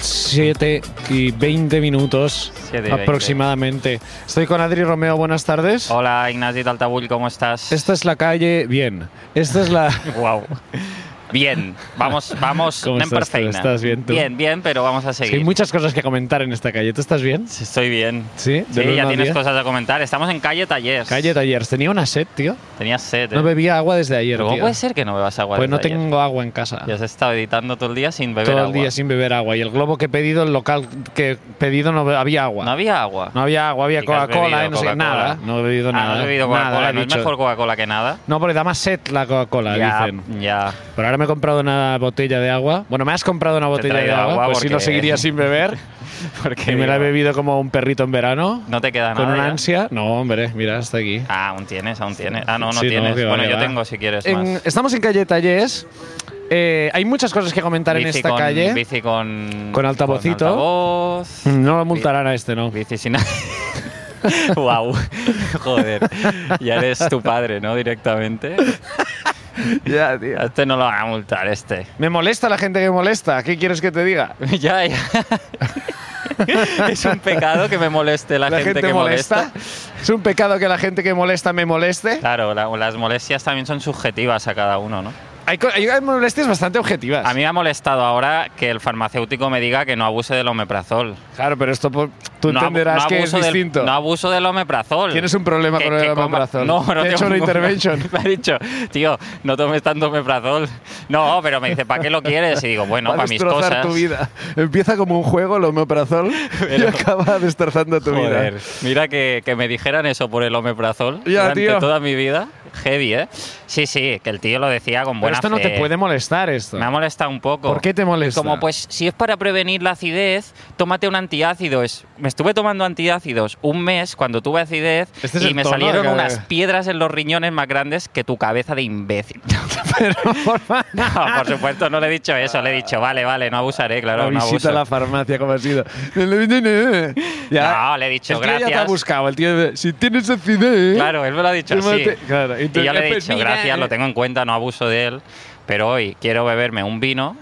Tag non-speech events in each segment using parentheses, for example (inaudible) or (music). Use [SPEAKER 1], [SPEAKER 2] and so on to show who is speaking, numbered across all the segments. [SPEAKER 1] 7 y 20 minutos
[SPEAKER 2] Siete y veinte.
[SPEAKER 1] aproximadamente. Estoy con Adri Romeo, buenas tardes.
[SPEAKER 2] Hola Ignasi Taltabull, ¿cómo estás?
[SPEAKER 1] Esta es la calle, bien. Esta es
[SPEAKER 2] (laughs)
[SPEAKER 1] la...
[SPEAKER 2] Wow. Bien, vamos, vamos,
[SPEAKER 1] ¿Cómo
[SPEAKER 2] no en
[SPEAKER 1] estás tú?
[SPEAKER 2] perfecta.
[SPEAKER 1] ¿Estás bien tú?
[SPEAKER 2] Bien, bien, pero vamos a
[SPEAKER 1] Es que hay
[SPEAKER 2] seguir.
[SPEAKER 1] muchas cosas que comentar en esta calle. ¿Tú estás bien?
[SPEAKER 2] Estoy bien.
[SPEAKER 1] Sí,
[SPEAKER 2] Sí,
[SPEAKER 1] del uno
[SPEAKER 2] ya
[SPEAKER 1] al
[SPEAKER 2] tienes
[SPEAKER 1] diez.
[SPEAKER 2] cosas a comentar. Estamos en calle Tallers.
[SPEAKER 1] Calle Tallers. Tenía una sed, tío.
[SPEAKER 2] Tenías sed. ¿eh?
[SPEAKER 1] No bebía agua desde ayer,
[SPEAKER 2] Pero ¿Cómo
[SPEAKER 1] tío.
[SPEAKER 2] puede ser que no bebas agua?
[SPEAKER 1] Pues
[SPEAKER 2] de
[SPEAKER 1] no
[SPEAKER 2] Tallers?
[SPEAKER 1] tengo agua en casa.
[SPEAKER 2] Ya has estado editando todo el día sin beber
[SPEAKER 1] Todo el
[SPEAKER 2] agua.
[SPEAKER 1] día sin beber agua. Y el globo que he pedido, el local que he pedido, no be- había agua.
[SPEAKER 2] No había agua.
[SPEAKER 1] No había agua, había
[SPEAKER 2] ¿Y qué has
[SPEAKER 1] Coca-Cola,
[SPEAKER 2] bebido?
[SPEAKER 1] eh, no sé,
[SPEAKER 2] Coca-Cola.
[SPEAKER 1] nada. No he bebido
[SPEAKER 2] Ah,
[SPEAKER 1] nada.
[SPEAKER 2] no has bebido Coca-Cola.
[SPEAKER 1] Nada, he
[SPEAKER 2] No es
[SPEAKER 1] dicho-
[SPEAKER 2] mejor Coca-Cola que nada.
[SPEAKER 1] No, porque da más sed la Coca-Cola,
[SPEAKER 2] ya,
[SPEAKER 1] dicen.
[SPEAKER 2] ya.
[SPEAKER 1] Pero ahora me he comprado una botella de agua. Bueno, me has comprado una botella de
[SPEAKER 2] traído
[SPEAKER 1] agua,
[SPEAKER 2] agua
[SPEAKER 1] pues si no
[SPEAKER 2] porque-
[SPEAKER 1] seguiría sin beber.
[SPEAKER 2] (laughs) Porque
[SPEAKER 1] y me la he
[SPEAKER 2] digo,
[SPEAKER 1] bebido como un perrito en verano.
[SPEAKER 2] No te queda
[SPEAKER 1] con
[SPEAKER 2] nada.
[SPEAKER 1] una
[SPEAKER 2] ya.
[SPEAKER 1] ansia. No, hombre, mira, hasta aquí.
[SPEAKER 2] Ah, aún tienes, aún tienes. Ah, no, no
[SPEAKER 1] Sí, no,
[SPEAKER 2] tienes.
[SPEAKER 1] que va,
[SPEAKER 2] bueno,
[SPEAKER 1] que
[SPEAKER 2] yo
[SPEAKER 1] va.
[SPEAKER 2] tengo si quieres
[SPEAKER 1] En-
[SPEAKER 2] más.
[SPEAKER 1] estamos en calle Tallés. Eh, hay muchas cosas que comentar en
[SPEAKER 2] Bici
[SPEAKER 1] esta
[SPEAKER 2] con-
[SPEAKER 1] calle.
[SPEAKER 2] Bici con.
[SPEAKER 1] Con altavocito.
[SPEAKER 2] con altavoz.
[SPEAKER 1] No lo multarán a este, ¿no?
[SPEAKER 2] (laughs) Bici sin. wow. Joder. Ya eres tu padre, ¿no? Directamente.
[SPEAKER 1] Ya,
[SPEAKER 2] A Este no lo van a multar, este. (laughs)
[SPEAKER 1] Me molesta la gente que molesta. ¿Qué quieres que te diga?
[SPEAKER 2] ya, (laughs) ya. es un pecado que me moleste la,
[SPEAKER 1] La, gente,
[SPEAKER 2] que
[SPEAKER 1] molesta. Es un pecado que la gente que molesta me moleste.
[SPEAKER 2] Claro, la- las molestias también son subjetivas a cada uno, ¿no?
[SPEAKER 1] Hay, co- hay molestias bastante objetivas.
[SPEAKER 2] A mí me ha molestado ahora que el farmacéutico me diga que no abuse del omeprazol.
[SPEAKER 1] Claro, pero esto por- tú
[SPEAKER 2] No abu-
[SPEAKER 1] entenderás
[SPEAKER 2] no
[SPEAKER 1] que es
[SPEAKER 2] abuso del-
[SPEAKER 1] distinto.
[SPEAKER 2] no abuso del omeprazol.
[SPEAKER 1] Tienes un problema con el
[SPEAKER 2] coma-
[SPEAKER 1] omeprazol.
[SPEAKER 2] No, no
[SPEAKER 1] Te he
[SPEAKER 2] tengo
[SPEAKER 1] hecho una
[SPEAKER 2] ningún-
[SPEAKER 1] intervention.
[SPEAKER 2] (laughs) Me ha dicho, tío, no tomes tanto omeprazol. No, pero me dice, ¿para qué lo quieres? Y digo,
[SPEAKER 1] (laughs)
[SPEAKER 2] bueno,
[SPEAKER 1] va a
[SPEAKER 2] para mis
[SPEAKER 1] destrozar
[SPEAKER 2] cosas.
[SPEAKER 1] tu vida. Empieza como un juego el
[SPEAKER 2] (laughs)
[SPEAKER 1] omeprazol y
[SPEAKER 2] Pero-
[SPEAKER 1] acaba destrozando tu
[SPEAKER 2] Joder,
[SPEAKER 1] vida.
[SPEAKER 2] mira que, que me dijeran eso por el omeprazol
[SPEAKER 1] Ya,
[SPEAKER 2] durante
[SPEAKER 1] tío.
[SPEAKER 2] toda mi vida. Heavy, ¿eh? Sí, sí, que el tío lo decía con
[SPEAKER 1] Pero
[SPEAKER 2] buena
[SPEAKER 1] esto no te
[SPEAKER 2] fe.
[SPEAKER 1] puede molestar esto.
[SPEAKER 2] Me ha molestado un poco.
[SPEAKER 1] ¿Por qué te molesta? (laughs)
[SPEAKER 2] Como, pues, si es para prevenir la acidez, tómate un antiácido. Es- me estuve tomando antiácidos un mes cuando tuve acidez
[SPEAKER 1] Este es
[SPEAKER 2] y
[SPEAKER 1] el
[SPEAKER 2] me
[SPEAKER 1] tono
[SPEAKER 2] salieron
[SPEAKER 1] de cada-
[SPEAKER 2] unas piedras en los riñones más grandes que tu cabeza de imbécil. (laughs) no, por supuesto, no le he dicho eso. Le he dicho, vale, vale, no abusaré, (laughs) claro,
[SPEAKER 1] La
[SPEAKER 2] no
[SPEAKER 1] visita
[SPEAKER 2] abuso.
[SPEAKER 1] a la farmacia como ha sido. (laughs)
[SPEAKER 2] No, le he dicho,
[SPEAKER 1] el tío ya te ha
[SPEAKER 2] gracias.
[SPEAKER 1] buscado. El tío, dice, si tienes acidez...
[SPEAKER 2] Claro, él me lo ha dicho
[SPEAKER 1] Tómate-
[SPEAKER 2] así.
[SPEAKER 1] claro, y
[SPEAKER 2] y
[SPEAKER 1] tú-
[SPEAKER 2] yo le he
[SPEAKER 1] pues
[SPEAKER 2] dicho,
[SPEAKER 1] mira,
[SPEAKER 2] gracias,
[SPEAKER 1] eh".
[SPEAKER 2] lo tengo en cuenta, no abuso de él, pero hoy quiero beberme un vino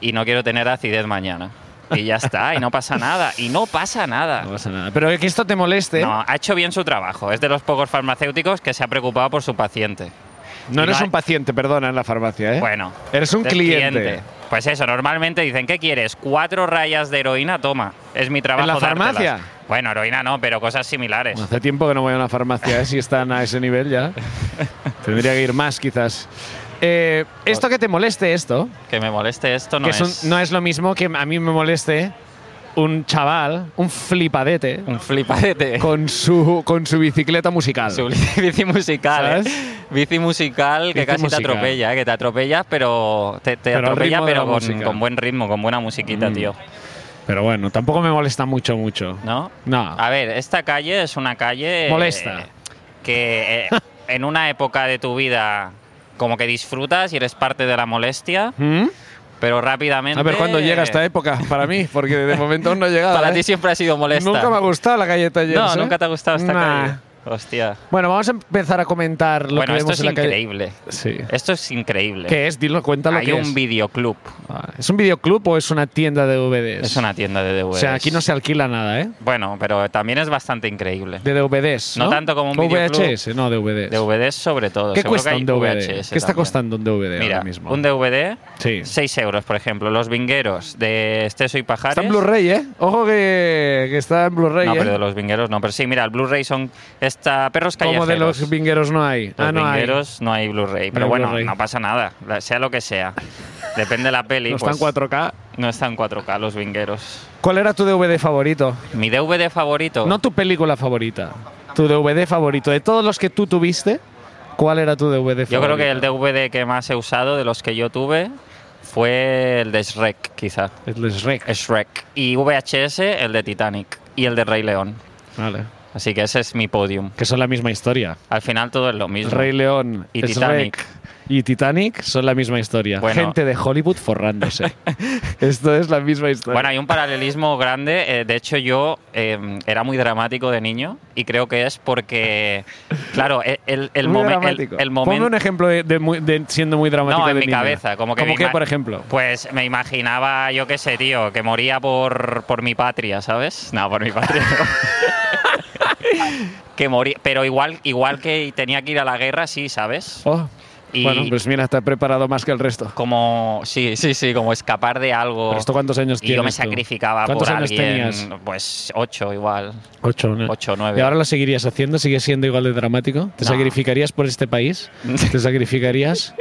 [SPEAKER 2] y no quiero tener acidez mañana. Y ya está, y no pasa nada, y no pasa nada.
[SPEAKER 1] No pasa nada. Pero que esto te moleste...
[SPEAKER 2] No, ha hecho bien su trabajo. Es de los pocos farmacéuticos que se ha preocupado por su paciente.
[SPEAKER 1] No eres
[SPEAKER 2] no hay-
[SPEAKER 1] un paciente, perdona, en la farmacia, ¿eh?
[SPEAKER 2] Bueno.
[SPEAKER 1] Eres un
[SPEAKER 2] del
[SPEAKER 1] cliente.
[SPEAKER 2] Pues eso, normalmente dicen, ¿qué quieres? Cuatro rayas de heroína, toma. Es mi trabajo.
[SPEAKER 1] la
[SPEAKER 2] dártelas".
[SPEAKER 1] farmacia?
[SPEAKER 2] Bueno, heroína no, pero cosas similares.
[SPEAKER 1] Hace tiempo que no voy a una farmacia, ¿eh? si están a ese nivel
[SPEAKER 2] (laughs)
[SPEAKER 1] ya. Tendría que ir más, quizás. Eh, esto que te moleste, esto,
[SPEAKER 2] Que me moleste esto no
[SPEAKER 1] que
[SPEAKER 2] es.
[SPEAKER 1] es un- no es lo mismo que a mí me moleste un chaval, un flipadete,
[SPEAKER 2] un
[SPEAKER 1] (laughs)
[SPEAKER 2] flipadete.
[SPEAKER 1] con su, con su bicicleta musical.
[SPEAKER 2] Su (laughs) bici musical, ¿eh?
[SPEAKER 1] ¿Sabes?
[SPEAKER 2] Bici musical que
[SPEAKER 1] Bici
[SPEAKER 2] casi
[SPEAKER 1] musical.
[SPEAKER 2] te atropella, ¿eh? que te atropellas, pero te, te
[SPEAKER 1] Pero al
[SPEAKER 2] atropella
[SPEAKER 1] ritmo de la
[SPEAKER 2] pero con,
[SPEAKER 1] música.
[SPEAKER 2] con buen ritmo, con buena musiquita,
[SPEAKER 1] Mm.
[SPEAKER 2] tío.
[SPEAKER 1] Pero bueno, tampoco me molesta mucho, mucho.
[SPEAKER 2] ¿No?
[SPEAKER 1] No.
[SPEAKER 2] A ver, esta calle es una calle... eh,
[SPEAKER 1] Molesta.
[SPEAKER 2] que eh, en una época de tu vida como que disfrutas y eres parte de la molestia,
[SPEAKER 1] ¿Mm?
[SPEAKER 2] pero rápidamente...
[SPEAKER 1] A ver cuándo llega esta época para mí, porque de momento aún no ha llegado.
[SPEAKER 2] Para
[SPEAKER 1] ¿eh?
[SPEAKER 2] ti siempre ha sido molesta.
[SPEAKER 1] Nunca me ha gustado la calle de Talleres,
[SPEAKER 2] No,
[SPEAKER 1] ¿eh?
[SPEAKER 2] nunca te ha gustado esta
[SPEAKER 1] Nah.
[SPEAKER 2] calle. Hostia.
[SPEAKER 1] Bueno, vamos a empezar a comentar lo
[SPEAKER 2] bueno,
[SPEAKER 1] que
[SPEAKER 2] esto
[SPEAKER 1] vemos
[SPEAKER 2] es
[SPEAKER 1] en la calle.
[SPEAKER 2] increíble.
[SPEAKER 1] Sí.
[SPEAKER 2] Esto es increíble.
[SPEAKER 1] ¿Qué es? Dilo, cuéntalo
[SPEAKER 2] Hay
[SPEAKER 1] qué
[SPEAKER 2] un
[SPEAKER 1] es.
[SPEAKER 2] videoclub.
[SPEAKER 1] Ah, ¿Es un videoclub o es una tienda de DVDs?
[SPEAKER 2] Es una tienda de DVDs.
[SPEAKER 1] O sea, aquí no se alquila nada, ¿eh?
[SPEAKER 2] Bueno, pero también es bastante increíble.
[SPEAKER 1] De DVDs. No,
[SPEAKER 2] No tanto como un
[SPEAKER 1] O
[SPEAKER 2] videoclub.
[SPEAKER 1] VHS, no, DVDs.
[SPEAKER 2] DVDs sobre todo.
[SPEAKER 1] ¿Qué
[SPEAKER 2] Seguro
[SPEAKER 1] cuesta
[SPEAKER 2] que hay
[SPEAKER 1] un DVD?
[SPEAKER 2] VHS
[SPEAKER 1] ¿Qué está
[SPEAKER 2] también.
[SPEAKER 1] costando un DVD
[SPEAKER 2] Mira,
[SPEAKER 1] ahora mismo?
[SPEAKER 2] un DVD,
[SPEAKER 1] Sí.
[SPEAKER 2] 6 euros, por ejemplo. Los vingueros de Esteso y Pajares.
[SPEAKER 1] Está en Blu-ray, ¿eh? Ojo que, que está en Blu-ray,
[SPEAKER 2] No,
[SPEAKER 1] ¿eh?
[SPEAKER 2] pero de los vingueros no. Pero sí, mira, el Blu-ray son esta perros callejeros.
[SPEAKER 1] Como de los vingueros no hay.
[SPEAKER 2] Los
[SPEAKER 1] ah, no hay.
[SPEAKER 2] vingueros no hay Blu-ray. Pero
[SPEAKER 1] hay
[SPEAKER 2] bueno,
[SPEAKER 1] Blu-ray.
[SPEAKER 2] no pasa nada. la- Sea lo que sea. Depende de la peli.
[SPEAKER 1] No
[SPEAKER 2] pues,
[SPEAKER 1] están 4K.
[SPEAKER 2] No están 4K los vingueros.
[SPEAKER 1] ¿Cuál era tu DVD favorito?
[SPEAKER 2] Mi DVD favorito.
[SPEAKER 1] No tu película favorita. Tu DVD favorito. De todos los que tú tuviste, ¿cuál era tu DVD favorito?
[SPEAKER 2] Yo creo que el DVD que más he usado de los que yo tuve fue el de Shrek, quizá.
[SPEAKER 1] El de Shrek.
[SPEAKER 2] Shrek. Y VHS, el de Titanic. Y el de Rey León.
[SPEAKER 1] Vale.
[SPEAKER 2] Así que ese es mi podium.
[SPEAKER 1] Que son la misma historia.
[SPEAKER 2] Al final todo es lo mismo.
[SPEAKER 1] Rey León
[SPEAKER 2] Y
[SPEAKER 1] Shrek
[SPEAKER 2] Titanic.
[SPEAKER 1] y Titanic son la misma historia.
[SPEAKER 2] Bueno.
[SPEAKER 1] Gente de Hollywood
[SPEAKER 2] (laughs)
[SPEAKER 1] forrándose. Esto es la misma historia.
[SPEAKER 2] Bueno, hay un paralelismo grande. eh, de hecho, yo eh, era muy dramático de niño y creo que es porque, claro, el, el, el,
[SPEAKER 1] Muy
[SPEAKER 2] momen- el-
[SPEAKER 1] dramático.
[SPEAKER 2] el
[SPEAKER 1] Ponme un
[SPEAKER 2] momento...
[SPEAKER 1] ejemplo de, de muy- de siendo muy dramático.
[SPEAKER 2] No, en
[SPEAKER 1] de
[SPEAKER 2] mi
[SPEAKER 1] niño.
[SPEAKER 2] cabeza. Como que,
[SPEAKER 1] ¿Cómo
[SPEAKER 2] me
[SPEAKER 1] qué,
[SPEAKER 2] ima-
[SPEAKER 1] por ejemplo?
[SPEAKER 2] Pues me imaginaba, yo qué sé, tío, que moría por, por mi patria, ¿sabes? No, por mi patria. no. (laughs) que moría. Pero igual, igual que tenía que ir a la guerra, sí, ¿sabes?
[SPEAKER 1] Oh,
[SPEAKER 2] Y-
[SPEAKER 1] Bueno, pues mira, está preparado más que el resto.
[SPEAKER 2] Como, sí, sí, sí, como escapar de algo.
[SPEAKER 1] ¿Pero esto cuántos años
[SPEAKER 2] y yo me
[SPEAKER 1] tienes tú?
[SPEAKER 2] sacrificaba
[SPEAKER 1] ¿Cuántos
[SPEAKER 2] por
[SPEAKER 1] años
[SPEAKER 2] alguien.
[SPEAKER 1] tenías?
[SPEAKER 2] Pues ocho igual.
[SPEAKER 1] Ocho, ¿no?
[SPEAKER 2] Ocho, nueve.
[SPEAKER 1] ¿Y ahora lo seguirías haciendo? ¿Sigues siendo igual de dramático? ¿Te
[SPEAKER 2] No.
[SPEAKER 1] sacrificarías por este país?
[SPEAKER 2] (laughs)
[SPEAKER 1] ¿Te sacrificarías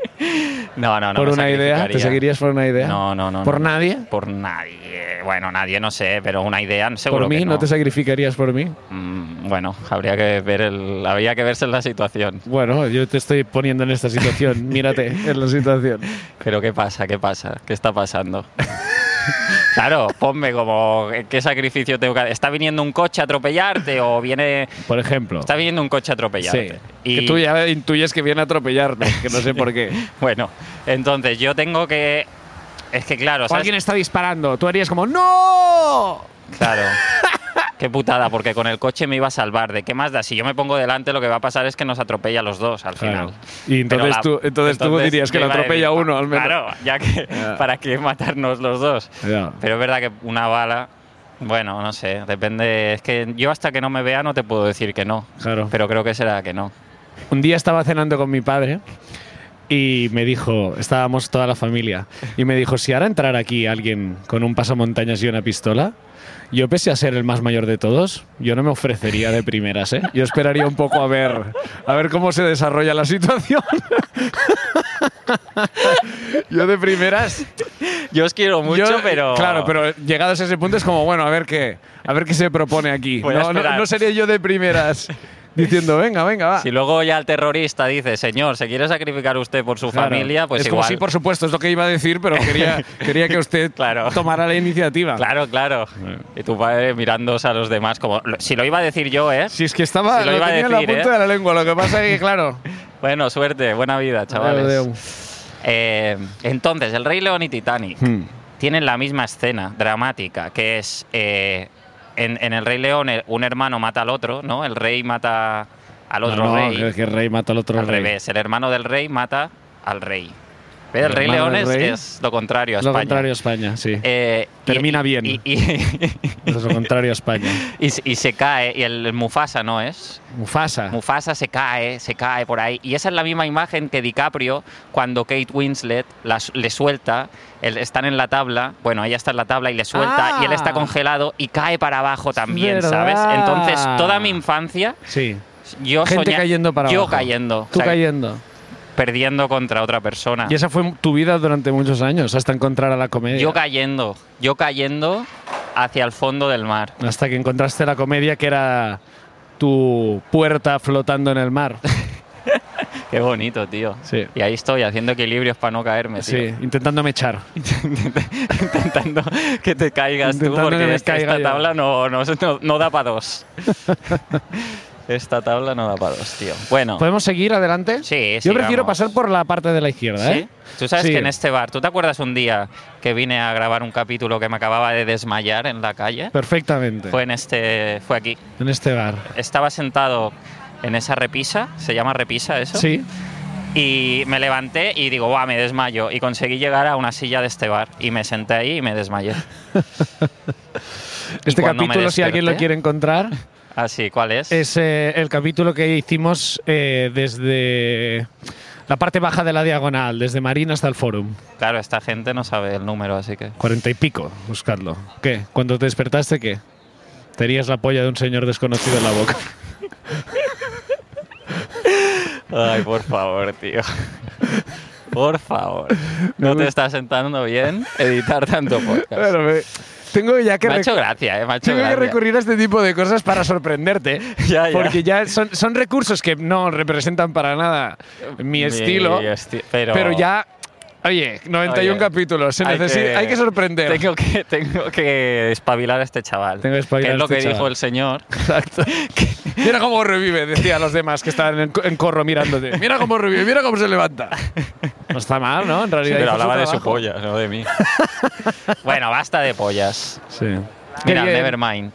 [SPEAKER 2] No, no, no.
[SPEAKER 1] por
[SPEAKER 2] me
[SPEAKER 1] una idea? ¿Te
[SPEAKER 2] sacrificaría.
[SPEAKER 1] seguirías por una idea?
[SPEAKER 2] No, no, no.
[SPEAKER 1] ¿Por
[SPEAKER 2] no.
[SPEAKER 1] nadie?
[SPEAKER 2] Por nadie. Bueno, nadie, no sé, pero una idea seguro
[SPEAKER 1] ¿Por mí?
[SPEAKER 2] que
[SPEAKER 1] ¿No te sacrificarías por mí?
[SPEAKER 2] Mm, bueno, habría que ver el, habría que verse en la situación.
[SPEAKER 1] Bueno, yo te estoy poniendo en esta
[SPEAKER 2] (laughs)
[SPEAKER 1] situación. Mírate en la situación.
[SPEAKER 2] Pero qué pasa, qué pasa, qué está
[SPEAKER 1] (laughs)
[SPEAKER 2] pasando. claro, ponme como qué sacrificio tengo que hacer? Está viniendo un coche a atropellarte o viene
[SPEAKER 1] Por ejemplo.
[SPEAKER 2] está viniendo un coche a atropellarte.
[SPEAKER 1] Sí. Que tú ya intuyes que viene a atropellarme, que no sé por
[SPEAKER 2] (laughs)
[SPEAKER 1] qué.
[SPEAKER 2] Bueno, entonces yo tengo que es que claro,
[SPEAKER 1] O
[SPEAKER 2] ¿sabes?
[SPEAKER 1] alguien está disparando. Tú harías como ¡No!
[SPEAKER 2] Claro. (laughs) Qué putada, porque con el coche me iba a salvar. ¿De qué más da? Si yo me pongo delante, lo que va a pasar es que nos atropella a los dos al
[SPEAKER 1] Claro.
[SPEAKER 2] final.
[SPEAKER 1] Y
[SPEAKER 2] Pero
[SPEAKER 1] entonces,
[SPEAKER 2] la-
[SPEAKER 1] tú, entonces, tú
[SPEAKER 2] entonces
[SPEAKER 1] dirías que
[SPEAKER 2] yo
[SPEAKER 1] lo
[SPEAKER 2] iba a decir,
[SPEAKER 1] atropella uno al menos.
[SPEAKER 2] Claro, ya que
[SPEAKER 1] (laughs) Ya.
[SPEAKER 2] para qué matarnos los dos.
[SPEAKER 1] Ya.
[SPEAKER 2] Pero es verdad que una bala, bueno, no sé, depende. Es que yo hasta que no me vea no te puedo decir que no.
[SPEAKER 1] Claro.
[SPEAKER 2] Pero creo que será que no.
[SPEAKER 1] Un día estaba cenando con mi padre y me dijo, estábamos toda la familia, y me dijo, si ahora entrara aquí alguien con un pasamontañas y una pistola, yo pese a ser el más mayor de todos, yo no me ofrecería de primeras, ¿eh? Yo esperaría un poco a ver, a ver cómo se desarrolla la situación. (laughs) yo de primeras,
[SPEAKER 2] Yo os quiero mucho,
[SPEAKER 1] yo-
[SPEAKER 2] pero.
[SPEAKER 1] claro, pero llegados a ese punto es como bueno, a ver qué, a ver qué se propone aquí.
[SPEAKER 2] Voy a
[SPEAKER 1] No, no,
[SPEAKER 2] esperar.
[SPEAKER 1] no sería yo de primeras diciendo, venga, venga, va.
[SPEAKER 2] Si luego ya el terrorista dice, señor, se quiere sacrificar usted por su
[SPEAKER 1] Claro.
[SPEAKER 2] familia, pues
[SPEAKER 1] es
[SPEAKER 2] igual.
[SPEAKER 1] como sí, por supuesto, es lo que iba a decir, pero
[SPEAKER 2] (laughs)
[SPEAKER 1] quería, quería que usted
[SPEAKER 2] Claro.
[SPEAKER 1] tomara la iniciativa.
[SPEAKER 2] Claro, claro. Y tu padre mirándose a los demás como... lo- Si lo iba a decir yo, ¿eh?
[SPEAKER 1] Si es que estaba,
[SPEAKER 2] Si
[SPEAKER 1] lo,
[SPEAKER 2] lo iba a
[SPEAKER 1] tenía en la
[SPEAKER 2] decir,
[SPEAKER 1] punta
[SPEAKER 2] ¿eh?
[SPEAKER 1] de la lengua, lo que pasa es que, claro.
[SPEAKER 2] Bueno, suerte, buena vida,
[SPEAKER 1] Adeu.
[SPEAKER 2] (laughs) chavales. Eh, entonces, El Rey León y Titanic
[SPEAKER 1] Hmm.
[SPEAKER 2] tienen la misma escena dramática, que es... eh, en, en El Rey León eh, un hermano mata al otro, ¿no? El rey mata al otro
[SPEAKER 1] no,
[SPEAKER 2] rey.
[SPEAKER 1] Que, que el rey mata al otro
[SPEAKER 2] al
[SPEAKER 1] rey.
[SPEAKER 2] revés, el hermano del rey mata al rey. ¿Ves? El,
[SPEAKER 1] El
[SPEAKER 2] Rey
[SPEAKER 1] hermano
[SPEAKER 2] León
[SPEAKER 1] del
[SPEAKER 2] es,
[SPEAKER 1] rey.
[SPEAKER 2] es lo contrario a
[SPEAKER 1] Es lo
[SPEAKER 2] España.
[SPEAKER 1] contrario a España, sí.
[SPEAKER 2] (laughs) Eh, y-
[SPEAKER 1] Termina bien.
[SPEAKER 2] y- (laughs) y-
[SPEAKER 1] Es lo contrario a España.
[SPEAKER 2] y, se- y se cae, y el, el Mufasa no es.
[SPEAKER 1] Mufasa.
[SPEAKER 2] Mufasa se cae, se cae por ahí. Y esa es la misma imagen que DiCaprio cuando Kate Winslet la su- le suelta, el- están en la tabla, bueno, ella está en la tabla y le suelta,
[SPEAKER 1] Ah.
[SPEAKER 2] y él está congelado y cae para abajo también, ¿sabes?
[SPEAKER 1] verdad.
[SPEAKER 2] Entonces, toda mi infancia,
[SPEAKER 1] sí.
[SPEAKER 2] yo
[SPEAKER 1] Gente
[SPEAKER 2] soña-
[SPEAKER 1] cayendo para
[SPEAKER 2] Yo
[SPEAKER 1] abajo.
[SPEAKER 2] cayendo, o
[SPEAKER 1] Tú
[SPEAKER 2] sea, ah.
[SPEAKER 1] cayendo.
[SPEAKER 2] perdiendo contra otra persona.
[SPEAKER 1] Y esa fue tu vida durante muchos años, hasta encontrar a la comedia.
[SPEAKER 2] Yo cayendo, yo cayendo hacia el fondo del mar.
[SPEAKER 1] hasta que encontraste la comedia que era tu puerta flotando en el
[SPEAKER 2] (laughs)
[SPEAKER 1] mar.
[SPEAKER 2] Qué bonito, tío.
[SPEAKER 1] Sí.
[SPEAKER 2] Y ahí estoy haciendo equilibrios para no caerme. tío.
[SPEAKER 1] Sí, intentándome echar.
[SPEAKER 2] (laughs) intentando que te caigas tú,
[SPEAKER 1] Intentando que
[SPEAKER 2] porque
[SPEAKER 1] me
[SPEAKER 2] esta,
[SPEAKER 1] caiga
[SPEAKER 2] esta
[SPEAKER 1] yo.
[SPEAKER 2] tabla no, no, no- no da
[SPEAKER 1] (laughs)
[SPEAKER 2] para dos. esta tabla no da para dos, tío. Bueno,
[SPEAKER 1] ¿Podemos seguir adelante?
[SPEAKER 2] Sí,
[SPEAKER 1] Yo prefiero
[SPEAKER 2] sigamos.
[SPEAKER 1] pasar por la parte de la izquierda,
[SPEAKER 2] ¿sí?
[SPEAKER 1] ¿eh?
[SPEAKER 2] Tú sabes
[SPEAKER 1] Sí.
[SPEAKER 2] que en este bar, ¿tú te acuerdas un día que vine a grabar un capítulo que me acababa de desmayar en la calle?
[SPEAKER 1] Pues, Perfectamente.
[SPEAKER 2] Fue en este, fue aquí.
[SPEAKER 1] En este bar.
[SPEAKER 2] Estaba sentado en esa repisa, se llama repisa eso.
[SPEAKER 1] Sí.
[SPEAKER 2] Y me levanté y digo, va, me desmayo. Y conseguí llegar a una silla de este bar. Y me senté ahí y
[SPEAKER 1] (laughs)
[SPEAKER 2] me desmayé.
[SPEAKER 1] Este
[SPEAKER 2] cuando me
[SPEAKER 1] capítulo, si alguien lo
[SPEAKER 2] desperté?
[SPEAKER 1] quiere
[SPEAKER 2] (laughs)
[SPEAKER 1] encontrar,
[SPEAKER 2] Así, ¿cuál es?
[SPEAKER 1] es eh, el capítulo que hicimos eh, desde la parte baja de la diagonal, desde Marín hasta el Fórum.
[SPEAKER 2] Claro, esta gente no sabe el número, así que.
[SPEAKER 1] Cuarenta y pico, buscadlo. ¿Qué? Cuando te despertaste, ¿qué? Tenías la polla de un señor desconocido en la boca.
[SPEAKER 2] Ay, por favor, tío. Por favor. No te está sentando bien editar tanto
[SPEAKER 1] (laughs)
[SPEAKER 2] podcast.
[SPEAKER 1] Bueno, me- tengo ya que
[SPEAKER 2] me ha
[SPEAKER 1] rec-
[SPEAKER 2] hecho gracia, eh. Me ha hecho
[SPEAKER 1] Tengo que
[SPEAKER 2] gracia.
[SPEAKER 1] recurrir a este tipo de cosas para sorprenderte.
[SPEAKER 2] (laughs) Ya, ya.
[SPEAKER 1] Porque ya son, son recursos que no representan para nada mi,
[SPEAKER 2] Mi
[SPEAKER 1] estilo.
[SPEAKER 2] esti- pero...
[SPEAKER 1] Pero ya Oye, 91
[SPEAKER 2] Oye,
[SPEAKER 1] capítulos. Se
[SPEAKER 2] hay
[SPEAKER 1] necesi- hay, que,
[SPEAKER 2] que-
[SPEAKER 1] sorprender.
[SPEAKER 2] Tengo que, tengo que espabilar a este chaval.
[SPEAKER 1] Tengo que espabilar
[SPEAKER 2] que es
[SPEAKER 1] a
[SPEAKER 2] lo
[SPEAKER 1] este
[SPEAKER 2] que dijo
[SPEAKER 1] chaval.
[SPEAKER 2] el señor.
[SPEAKER 1] (laughs)
[SPEAKER 2] (laughs)
[SPEAKER 1] Mira cómo revive, decía a los demás que estaban en, co- en corro
[SPEAKER 2] (laughs)
[SPEAKER 1] mirándote. Mira cómo revive, mira cómo se levanta. No está mal, ¿no? En realidad.
[SPEAKER 2] Pero
[SPEAKER 1] hizo
[SPEAKER 2] hablaba de su
[SPEAKER 1] trabajo.
[SPEAKER 2] polla, no
[SPEAKER 1] (laughs)
[SPEAKER 2] de mí. bueno, basta de pollas.
[SPEAKER 1] Sí.
[SPEAKER 2] Mira,
[SPEAKER 1] Qué bien.
[SPEAKER 2] Nevermind.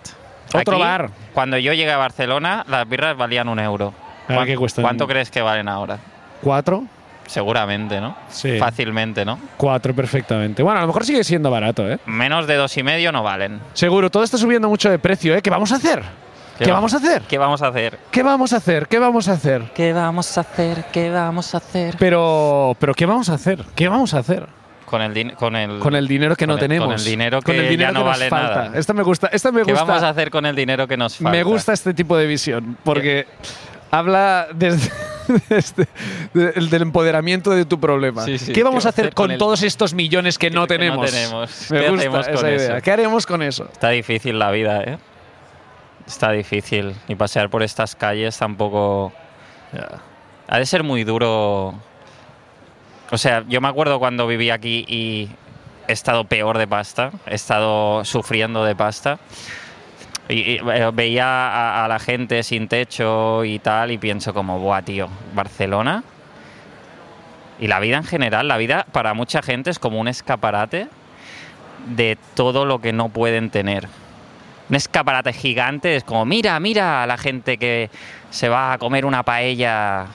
[SPEAKER 1] Otro bar.
[SPEAKER 2] Cuando yo llegué a Barcelona, las birras valían un euro.
[SPEAKER 1] Ahora,
[SPEAKER 2] ¿Cuán-
[SPEAKER 1] ¿qué cuestan?
[SPEAKER 2] ¿Cuánto crees que valen ahora?
[SPEAKER 1] ¿Cuatro?
[SPEAKER 2] Seguramente, ¿no?
[SPEAKER 1] Sí.
[SPEAKER 2] Fácilmente, ¿no?
[SPEAKER 1] Cuatro, perfectamente. Bueno, a lo mejor sigue siendo barato, ¿eh?
[SPEAKER 2] Menos de dos y medio no valen.
[SPEAKER 1] Seguro, todo está subiendo mucho de precio, ¿eh? ¿Qué vamos a hacer? ¿Qué,
[SPEAKER 2] va-
[SPEAKER 1] vamos a hacer?
[SPEAKER 2] ¿Qué vamos a hacer?
[SPEAKER 1] ¿Qué vamos a hacer? ¿Qué vamos a hacer?
[SPEAKER 2] ¿Qué vamos a hacer? ¿Qué vamos a hacer?
[SPEAKER 1] Pero, pero ¿qué vamos a hacer? ¿Qué vamos a hacer
[SPEAKER 2] Con el, din- con el,
[SPEAKER 1] con el dinero que
[SPEAKER 2] Con
[SPEAKER 1] no
[SPEAKER 2] el- con
[SPEAKER 1] tenemos?
[SPEAKER 2] el dinero
[SPEAKER 1] Con
[SPEAKER 2] que
[SPEAKER 1] el dinero
[SPEAKER 2] ya no
[SPEAKER 1] que nos
[SPEAKER 2] vale
[SPEAKER 1] falta.
[SPEAKER 2] nada.
[SPEAKER 1] Esta me gusta, esta me
[SPEAKER 2] ¿Qué
[SPEAKER 1] gusta.
[SPEAKER 2] vamos a hacer con el dinero que nos falta?
[SPEAKER 1] Me gusta este tipo de visión porque habla desde, (laughs) desde- del- del empoderamiento de tu problema.
[SPEAKER 2] Sí, sí,
[SPEAKER 1] ¿Qué vamos a hacer con,
[SPEAKER 2] el-
[SPEAKER 1] todos estos millones que, no
[SPEAKER 2] que no
[SPEAKER 1] tenemos?
[SPEAKER 2] tenemos?
[SPEAKER 1] Me
[SPEAKER 2] ¿Qué
[SPEAKER 1] gusta
[SPEAKER 2] hacemos con
[SPEAKER 1] esa idea.
[SPEAKER 2] eso?
[SPEAKER 1] ¿Qué haremos con eso?
[SPEAKER 2] Está difícil la vida, ¿eh? Está difícil. Y pasear por estas calles tampoco... Ha de ser muy duro. O sea, yo me acuerdo cuando viví aquí y he estado peor de pasta, he estado sufriendo de pasta. Y, y, eh, veía a, a la gente sin techo y tal y pienso como, buah, tío, Barcelona. Y la vida en general, la vida para mucha gente es como un escaparate de todo lo que no pueden tener. Un escaparate gigante es como, mira, mira a la gente que se va a comer una paella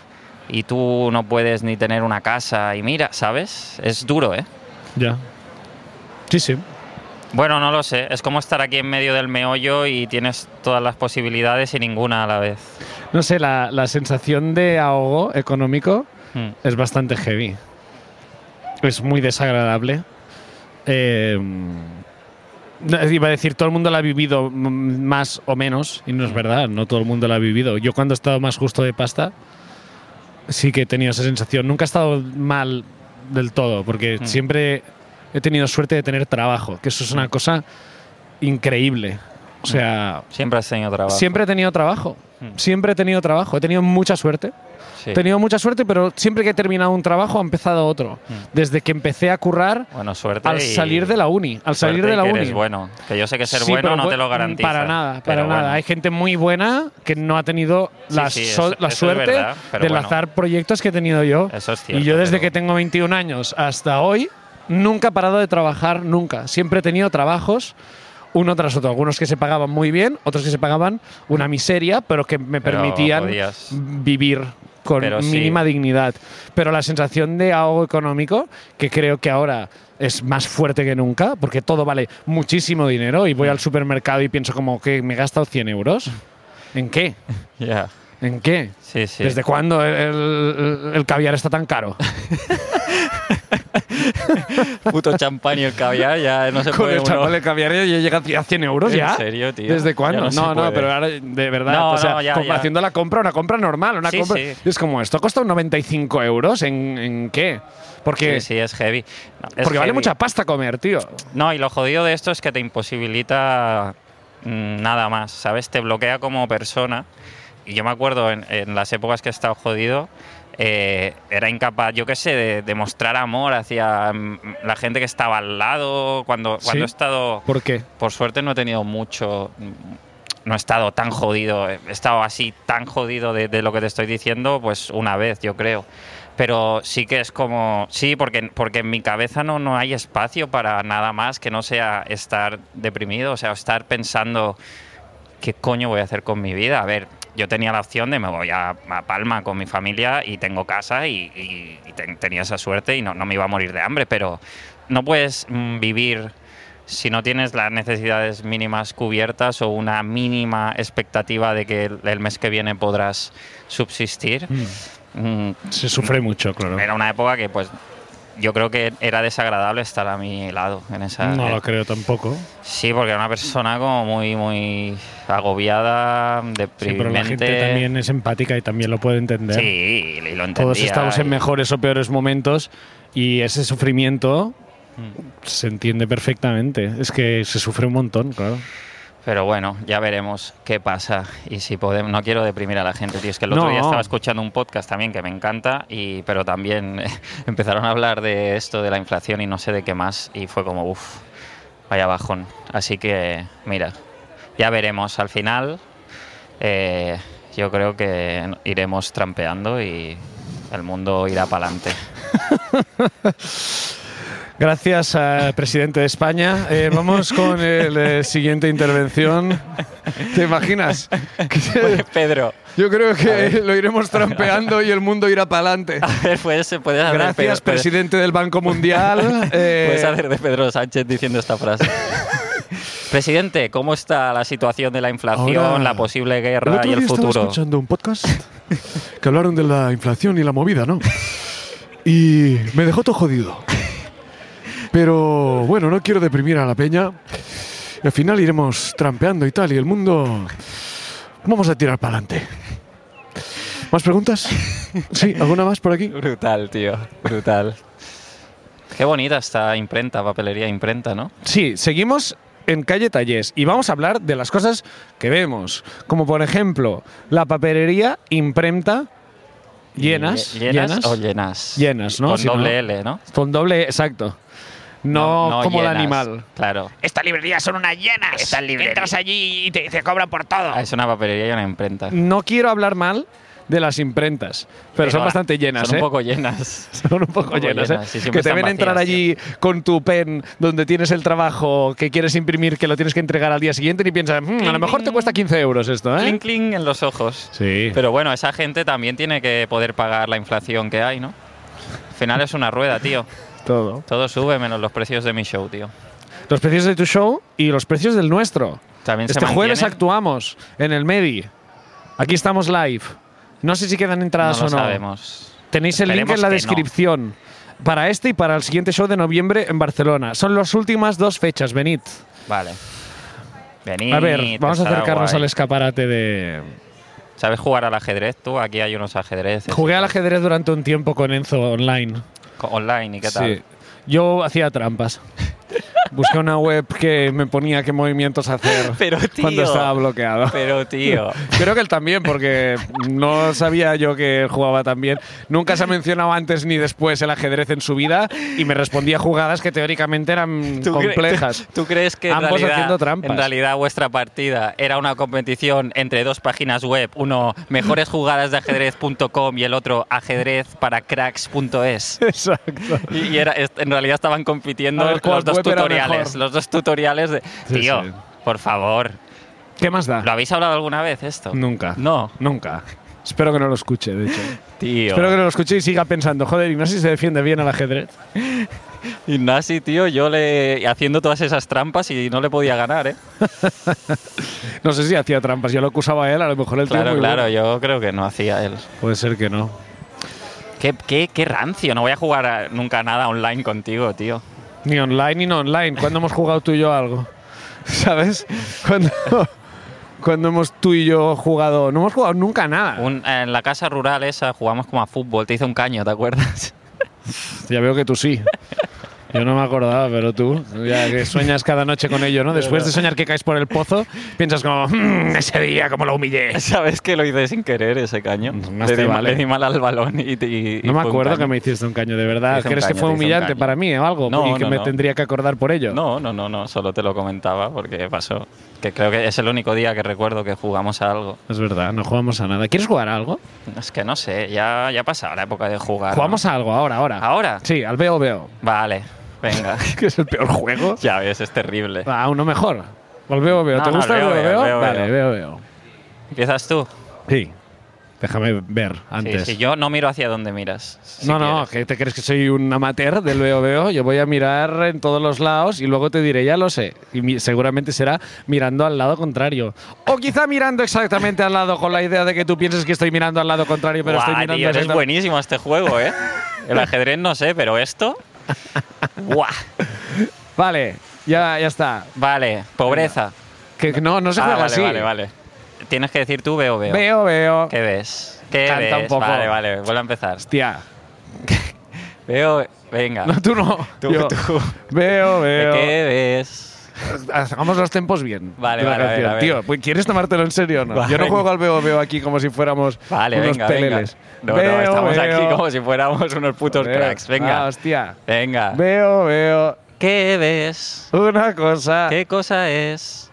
[SPEAKER 2] y tú no puedes ni tener una casa y mira, ¿sabes? Es duro, ¿eh?
[SPEAKER 1] Ya. Sí, sí.
[SPEAKER 2] Bueno, no lo sé, es como estar aquí en medio del meollo y tienes todas las posibilidades y ninguna a la vez.
[SPEAKER 1] No sé, la, la sensación de ahogo económico
[SPEAKER 2] Mm.
[SPEAKER 1] es bastante heavy. Es muy desagradable. Eh, no, iba a decir, todo el mundo la ha vivido mm, más o menos, y no es verdad, no todo el mundo la ha vivido. Yo cuando he estado más justo de pasta, sí que he tenido esa sensación. Nunca he estado mal del todo, porque
[SPEAKER 2] Mm.
[SPEAKER 1] siempre he tenido suerte de tener trabajo, que eso es una cosa increíble. O sea,
[SPEAKER 2] Siempre has tenido trabajo.
[SPEAKER 1] siempre he tenido trabajo.
[SPEAKER 2] Mm.
[SPEAKER 1] Siempre he tenido trabajo, he tenido mucha suerte.
[SPEAKER 2] Sí.
[SPEAKER 1] He tenido mucha suerte, pero siempre que he terminado un trabajo ha empezado otro.
[SPEAKER 2] Mm.
[SPEAKER 1] Desde que empecé a currar
[SPEAKER 2] Bueno, suerte.
[SPEAKER 1] al
[SPEAKER 2] y-
[SPEAKER 1] salir de la uni. Al salir
[SPEAKER 2] suerte
[SPEAKER 1] de
[SPEAKER 2] y
[SPEAKER 1] la
[SPEAKER 2] que
[SPEAKER 1] uni.
[SPEAKER 2] eres bueno, que yo sé que ser
[SPEAKER 1] Sí,
[SPEAKER 2] bueno
[SPEAKER 1] pero
[SPEAKER 2] no te
[SPEAKER 1] bu-
[SPEAKER 2] lo garantiza.
[SPEAKER 1] Para nada, para
[SPEAKER 2] pero
[SPEAKER 1] nada.
[SPEAKER 2] bueno.
[SPEAKER 1] Hay gente muy buena que no ha tenido la,
[SPEAKER 2] sí,
[SPEAKER 1] sol-
[SPEAKER 2] eso-
[SPEAKER 1] la
[SPEAKER 2] eso es
[SPEAKER 1] suerte
[SPEAKER 2] verdad, pero
[SPEAKER 1] de
[SPEAKER 2] bueno.
[SPEAKER 1] lanzar proyectos que he tenido yo.
[SPEAKER 2] Eso es cierto,
[SPEAKER 1] y yo desde
[SPEAKER 2] pero-
[SPEAKER 1] que tengo 21 años hasta hoy nunca he parado de trabajar, nunca. Siempre he tenido trabajos uno tras otro, algunos que se pagaban muy bien, otros que se pagaban una miseria, pero que me
[SPEAKER 2] Pero
[SPEAKER 1] permitían
[SPEAKER 2] podías.
[SPEAKER 1] vivir con
[SPEAKER 2] Pero sí.
[SPEAKER 1] mínima dignidad. Pero la sensación de ahogo económico, que creo que ahora es más fuerte que nunca, porque todo vale muchísimo dinero y voy al supermercado y pienso como que me he gastado 100 euros. ¿En qué?
[SPEAKER 2] Ya.
[SPEAKER 1] ¿En qué?
[SPEAKER 2] Sí, sí.
[SPEAKER 1] ¿Desde cuándo el, el- el caviar está tan
[SPEAKER 2] (laughs)
[SPEAKER 1] caro?
[SPEAKER 2] puto champán y el caviar ya no se
[SPEAKER 1] Con
[SPEAKER 2] puede
[SPEAKER 1] el
[SPEAKER 2] uno-
[SPEAKER 1] chaval del caviar ya llega a 100 euros
[SPEAKER 2] ¿En
[SPEAKER 1] ya.
[SPEAKER 2] serio, tío?
[SPEAKER 1] ¿Desde
[SPEAKER 2] Ya
[SPEAKER 1] cuándo?
[SPEAKER 2] no se
[SPEAKER 1] no, no,
[SPEAKER 2] puede.
[SPEAKER 1] pero ahora de verdad,
[SPEAKER 2] No,
[SPEAKER 1] o sea,
[SPEAKER 2] no, ya,
[SPEAKER 1] como
[SPEAKER 2] ya.
[SPEAKER 1] haciendo la compra, una compra normal, una
[SPEAKER 2] Sí,
[SPEAKER 1] compra.
[SPEAKER 2] sí.
[SPEAKER 1] y Es como esto, ha costado 95 euros, ¿en, en qué? Porque,
[SPEAKER 2] Sí, sí, es heavy. No, es
[SPEAKER 1] porque vale
[SPEAKER 2] heavy.
[SPEAKER 1] mucha pasta comer, tío.
[SPEAKER 2] No, y lo jodido de esto es que te imposibilita mm, nada más, ¿sabes? Te bloquea como persona. Y yo me acuerdo en, en las épocas que he estado jodido, eh, era incapaz, yo qué sé, de, de mostrar amor hacia mm, la gente que estaba al lado. Cuando,
[SPEAKER 1] Sí.
[SPEAKER 2] cuando he estado
[SPEAKER 1] ¿Por qué?
[SPEAKER 2] por suerte no he tenido mucho, no he estado tan jodido, he estado así tan jodido de, de lo que te estoy diciendo, pues una vez, yo creo. Pero sí que es como, sí, porque, porque en mi cabeza no, no hay espacio para nada más que no sea estar deprimido, o sea, estar pensando qué coño voy a hacer con mi vida. A ver, yo tenía la opción de me voy a, a Palma con mi familia y tengo casa y, y- y ten- tenía esa suerte y no, no me iba a morir de hambre, pero no puedes mm, vivir si no tienes las necesidades mínimas cubiertas o una mínima expectativa de que el, el mes que viene podrás subsistir. Mm,
[SPEAKER 1] Se sufre mucho, claro.
[SPEAKER 2] Era una época que pues... Yo creo que era desagradable estar a mi lado en esa
[SPEAKER 1] No lo creo tampoco.
[SPEAKER 2] Sí, porque era una persona como muy, muy agobiada,
[SPEAKER 1] Sí, pero la
[SPEAKER 2] deprimente.
[SPEAKER 1] gente también es empática y también lo puede entender.
[SPEAKER 2] Sí, y lo entendía.
[SPEAKER 1] Todos estamos en
[SPEAKER 2] y-
[SPEAKER 1] mejores o peores momentos y ese
[SPEAKER 2] Mm.
[SPEAKER 1] sufrimiento se entiende perfectamente. Es que se sufre un montón, claro.
[SPEAKER 2] Pero bueno, ya veremos qué pasa y si podemos. No quiero deprimir a la gente, tío. Es que el otro
[SPEAKER 1] No.
[SPEAKER 2] día estaba escuchando un podcast también que me encanta, y, pero también (laughs) eh, empezaron a hablar de esto, de la inflación y no sé de qué más, y fue como, uff, vaya bajón. Así que, mira, ya veremos. Al final, eh, yo creo que iremos trampeando y el mundo irá para adelante.
[SPEAKER 1] Gracias al presidente de España. Eh, vamos con la siguiente intervención. ¿Te imaginas? Que-
[SPEAKER 2] Pedro, (laughs)
[SPEAKER 1] Yo creo que lo iremos trampeando y el mundo irá para adelante.
[SPEAKER 2] a ver, Pues puedes, puedes hacer
[SPEAKER 1] Gracias,
[SPEAKER 2] Pedro- puedes-
[SPEAKER 1] presidente del Banco
[SPEAKER 2] (laughs)
[SPEAKER 1] Mundial. Eh,
[SPEAKER 2] Puedes hacer de Pedro Sánchez diciendo esta frase. (laughs) Presidente, ¿cómo está la situación de la inflación,
[SPEAKER 1] Ahora,
[SPEAKER 2] la posible
[SPEAKER 1] El
[SPEAKER 2] guerra
[SPEAKER 1] otro
[SPEAKER 2] y el
[SPEAKER 1] día estaba
[SPEAKER 2] futuro?
[SPEAKER 1] escuchando un
[SPEAKER 2] (laughs)
[SPEAKER 1] podcast que hablaron de la inflación y la movida, ¿no? Y me dejó todo jodido. Pero bueno, no quiero deprimir a la peña. Y al final iremos trampeando y tal, y el mundo. Vamos a tirar para adelante. ¿Más preguntas? Sí, ¿alguna más por aquí?
[SPEAKER 2] Brutal, tío, brutal. Qué bonita esta imprenta, papelería imprenta, ¿no?
[SPEAKER 1] Sí, seguimos en calle Tallés y vamos a hablar de las cosas que vemos, como por ejemplo la papelería imprenta llenas,
[SPEAKER 2] Lle- Llenas, o llenas.
[SPEAKER 1] Llenas, ¿no?
[SPEAKER 2] Con
[SPEAKER 1] Si no-
[SPEAKER 2] doble L, ¿no?
[SPEAKER 1] Con doble, exacto. No, como
[SPEAKER 2] llenas, Ah,
[SPEAKER 1] el animal.
[SPEAKER 2] Claro.
[SPEAKER 3] Estas librerías son unas llenas. Estas librerías. Entras allí y te, te cobran por todo.
[SPEAKER 2] Ah, Es una papelería y una imprenta.
[SPEAKER 1] No quiero hablar mal de las imprentas, pero, son
[SPEAKER 2] ahora,
[SPEAKER 1] bastante llenas,
[SPEAKER 2] Son
[SPEAKER 1] ¿eh?
[SPEAKER 2] un poco llenas.
[SPEAKER 1] (laughs) son un poco llenas,
[SPEAKER 2] llenas,
[SPEAKER 1] ¿eh?
[SPEAKER 2] sí, siempre
[SPEAKER 1] que te
[SPEAKER 2] están
[SPEAKER 1] ven entrar
[SPEAKER 2] vacías,
[SPEAKER 1] allí con tu pen donde tienes el trabajo que quieres imprimir, que lo tienes que entregar al día siguiente y piensas, "Mm, a lo
[SPEAKER 2] Cling,
[SPEAKER 1] mejor te
[SPEAKER 2] cling.
[SPEAKER 1] cuesta 15 euros esto, ¿eh?
[SPEAKER 2] Cling, cling en los ojos.
[SPEAKER 1] Sí.
[SPEAKER 2] Pero bueno, esa gente también tiene que poder pagar la inflación que hay, ¿no? Al final es una rueda, tío.
[SPEAKER 1] Todo.
[SPEAKER 2] Todo sube menos los precios de mi show, tío.
[SPEAKER 1] Los precios de tu show y los precios del nuestro.
[SPEAKER 2] También se
[SPEAKER 1] Este jueves
[SPEAKER 2] mantienen.
[SPEAKER 1] actuamos en el Medi. Aquí estamos live. No sé si quedan
[SPEAKER 2] No
[SPEAKER 1] entradas
[SPEAKER 2] lo
[SPEAKER 1] o no.
[SPEAKER 2] sabemos.
[SPEAKER 1] Tenéis el link
[SPEAKER 2] Esperemos
[SPEAKER 1] en la
[SPEAKER 2] que no.
[SPEAKER 1] descripción. Para este y para el siguiente show de noviembre en Barcelona. Son las últimas dos fechas, venid.
[SPEAKER 2] Vale. Venid.
[SPEAKER 1] A ver, vamos a
[SPEAKER 2] estará
[SPEAKER 1] acercarnos
[SPEAKER 2] guay.
[SPEAKER 1] al escaparate de...
[SPEAKER 2] ¿Sabes jugar al ajedrez tú? Aquí hay unos ajedrezes.
[SPEAKER 1] Jugué al ajedrez durante un tiempo con Enzo online.
[SPEAKER 2] Co- Online, ¿y qué tal?
[SPEAKER 1] Sí. Yo hacía
[SPEAKER 2] (laughs)
[SPEAKER 1] trampas. Busqué una web que me ponía qué movimientos hacer
[SPEAKER 2] Pero, tío.
[SPEAKER 1] cuando estaba bloqueado. (laughs)
[SPEAKER 2] Pero, tío.
[SPEAKER 1] Creo que él también, porque no sabía yo que él jugaba tan bien. Nunca se ha mencionado antes ni después el ajedrez en su vida y me respondía jugadas que teóricamente eran
[SPEAKER 2] (laughs) ¿Tú cre-
[SPEAKER 1] complejas.
[SPEAKER 2] ¿Tú crees que en
[SPEAKER 1] Ambos
[SPEAKER 2] realidad,
[SPEAKER 1] haciendo trampas.
[SPEAKER 2] en realidad vuestra partida era una competición entre dos páginas web? Uno, mejoresjugadasdeajedrez.com y el otro, ajedrezparacracks.es.
[SPEAKER 1] (laughs) Exacto.
[SPEAKER 2] Y, y era, est- en realidad estaban compitiendo
[SPEAKER 1] A ver, ¿cuál
[SPEAKER 2] los dos
[SPEAKER 1] web era mejor?
[SPEAKER 2] tutoriales. Los dos tutoriales de.
[SPEAKER 1] Sí,
[SPEAKER 2] Tío,
[SPEAKER 1] sí.
[SPEAKER 2] por favor.
[SPEAKER 1] ¿Qué más da?
[SPEAKER 2] ¿Lo habéis hablado alguna vez esto?
[SPEAKER 1] Nunca.
[SPEAKER 2] No,
[SPEAKER 1] Nunca. Espero que no lo escuche, de hecho.
[SPEAKER 2] tío.
[SPEAKER 1] Espero que no lo escuche y siga pensando, joder, Ignasi se defiende bien al ajedrez.
[SPEAKER 2] Y Nasi, tío, yo le. haciendo todas esas trampas y no le podía ganar, ¿eh?
[SPEAKER 1] No sé si hacía trampas, yo lo acusaba a él, a lo mejor él
[SPEAKER 2] Claro, claro, yo creo que no hacía él.
[SPEAKER 1] Puede ser que no.
[SPEAKER 2] Qué, qué- qué rancio, no voy a jugar a- nunca nada online contigo, tío.
[SPEAKER 1] Ni online ni no online. ¿Cuándo hemos jugado tú y yo algo? (laughs) ¿Sabes? (laughs) Cuando, cuando hemos tú y yo jugado. No hemos jugado nunca nada.
[SPEAKER 2] Un- en la casa rural esa jugamos como a fútbol, te hice un caño, ¿te acuerdas? (laughs)
[SPEAKER 1] Ya veo que tú sí. Yo no me acordaba, pero tú, ya que sueñas cada noche con ello, ¿no? Después de soñar que caes por el pozo, piensas como, "Mm, ese día, como lo humillé.
[SPEAKER 2] ¿Sabes que lo hice sin querer ese caño?
[SPEAKER 1] Más
[SPEAKER 2] le,
[SPEAKER 1] te
[SPEAKER 2] di, ma-
[SPEAKER 1] vale.
[SPEAKER 2] le di mal al balón y, y- y
[SPEAKER 1] eh. No me
[SPEAKER 2] fue un
[SPEAKER 1] acuerdo
[SPEAKER 2] caño.
[SPEAKER 1] que me hiciste un caño, de verdad.
[SPEAKER 2] Hice un
[SPEAKER 1] ¿Crees que
[SPEAKER 2] caño,
[SPEAKER 1] fue
[SPEAKER 2] te hice un
[SPEAKER 1] humillante
[SPEAKER 2] caño.
[SPEAKER 1] para mí o algo?
[SPEAKER 2] No,
[SPEAKER 1] y que
[SPEAKER 2] no,
[SPEAKER 1] me
[SPEAKER 2] no.
[SPEAKER 1] tendría que acordar por ello.
[SPEAKER 2] No, no, no, no, solo te lo comentaba porque pasó. Que creo que es el único día que recuerdo que jugamos a algo.
[SPEAKER 1] Es verdad, no jugamos a nada. ¿Quieres jugar a algo?
[SPEAKER 2] Es que no sé, ya, ya ha pasado la época de jugar. ¿no?
[SPEAKER 1] Jugamos a algo, ahora, ahora.
[SPEAKER 2] ¿Ahora?
[SPEAKER 1] Sí, al veo,
[SPEAKER 2] (laughs)
[SPEAKER 1] veo.
[SPEAKER 2] Vale, venga.
[SPEAKER 1] (laughs) Que es el peor (laughs) juego.
[SPEAKER 2] ya ves, es terrible.
[SPEAKER 1] Ah, uno mejor. Al veo, veo.
[SPEAKER 2] No,
[SPEAKER 1] ¿Te
[SPEAKER 2] no,
[SPEAKER 1] gusta
[SPEAKER 2] al
[SPEAKER 1] el
[SPEAKER 2] veo,
[SPEAKER 1] veo, veo?
[SPEAKER 2] veo, al veo,
[SPEAKER 1] Vale, veo,
[SPEAKER 2] veo.
[SPEAKER 1] veo.
[SPEAKER 2] ¿Empiezas tú?
[SPEAKER 1] Sí. Déjame ver
[SPEAKER 2] Sí,
[SPEAKER 1] antes.
[SPEAKER 2] sí, yo no miro hacia dónde miras. si
[SPEAKER 1] no, no,
[SPEAKER 2] quieres.
[SPEAKER 1] que te crees que soy un amateur del veo, veo. Yo voy a mirar en todos los lados y luego te diré, ya lo sé. Y mi- seguramente será mirando al lado contrario. O quizá mirando exactamente al lado con la idea de que tú pienses que estoy mirando al lado contrario, pero estoy
[SPEAKER 2] Guau,
[SPEAKER 1] mirando
[SPEAKER 2] tío, eres
[SPEAKER 1] exactamente-
[SPEAKER 2] buenísimo a este juego, ¿eh? El ajedrez no sé,
[SPEAKER 1] (laughs)
[SPEAKER 2] pero esto. ¡Guau!
[SPEAKER 1] Vale, ya, ya está.
[SPEAKER 2] Vale, pobreza.
[SPEAKER 1] Que que no, no se
[SPEAKER 2] Ah,
[SPEAKER 1] juega
[SPEAKER 2] vale,
[SPEAKER 1] así.
[SPEAKER 2] vale, vale. Tienes que decir tú veo, veo.
[SPEAKER 1] Veo, veo.
[SPEAKER 2] ¿Qué ves? ¿Qué
[SPEAKER 1] Canta un
[SPEAKER 2] ves?
[SPEAKER 1] poco.
[SPEAKER 2] Vale, vale, vuelvo a empezar.
[SPEAKER 1] Hostia.
[SPEAKER 2] Veo, venga.
[SPEAKER 1] No, tú no.
[SPEAKER 2] Tú,
[SPEAKER 1] Yo.
[SPEAKER 2] tú.
[SPEAKER 1] Veo, veo.
[SPEAKER 2] ¿Qué ves?
[SPEAKER 1] Ah, hagamos los tempos bien. de
[SPEAKER 2] Vale,
[SPEAKER 1] la
[SPEAKER 2] vale, a ver,
[SPEAKER 1] canción.
[SPEAKER 2] a ver.
[SPEAKER 1] Tío, pues, ¿quieres tomártelo en serio o no?
[SPEAKER 2] Vale,
[SPEAKER 1] Yo no
[SPEAKER 2] venga.
[SPEAKER 1] juego al veo veo aquí como si fuéramos
[SPEAKER 2] Vale,
[SPEAKER 1] unos
[SPEAKER 2] venga, venga.
[SPEAKER 1] peleles.
[SPEAKER 2] No, no,
[SPEAKER 1] Veo,
[SPEAKER 2] estamos aquí
[SPEAKER 1] veo,
[SPEAKER 2] como si fuéramos unos putos
[SPEAKER 1] veo.
[SPEAKER 2] cracks.
[SPEAKER 1] Ah,
[SPEAKER 2] Venga,
[SPEAKER 1] hostia.
[SPEAKER 2] venga.
[SPEAKER 1] Veo, veo.
[SPEAKER 2] ¿Qué ves?
[SPEAKER 1] Una cosa.
[SPEAKER 2] ¿Qué cosa es?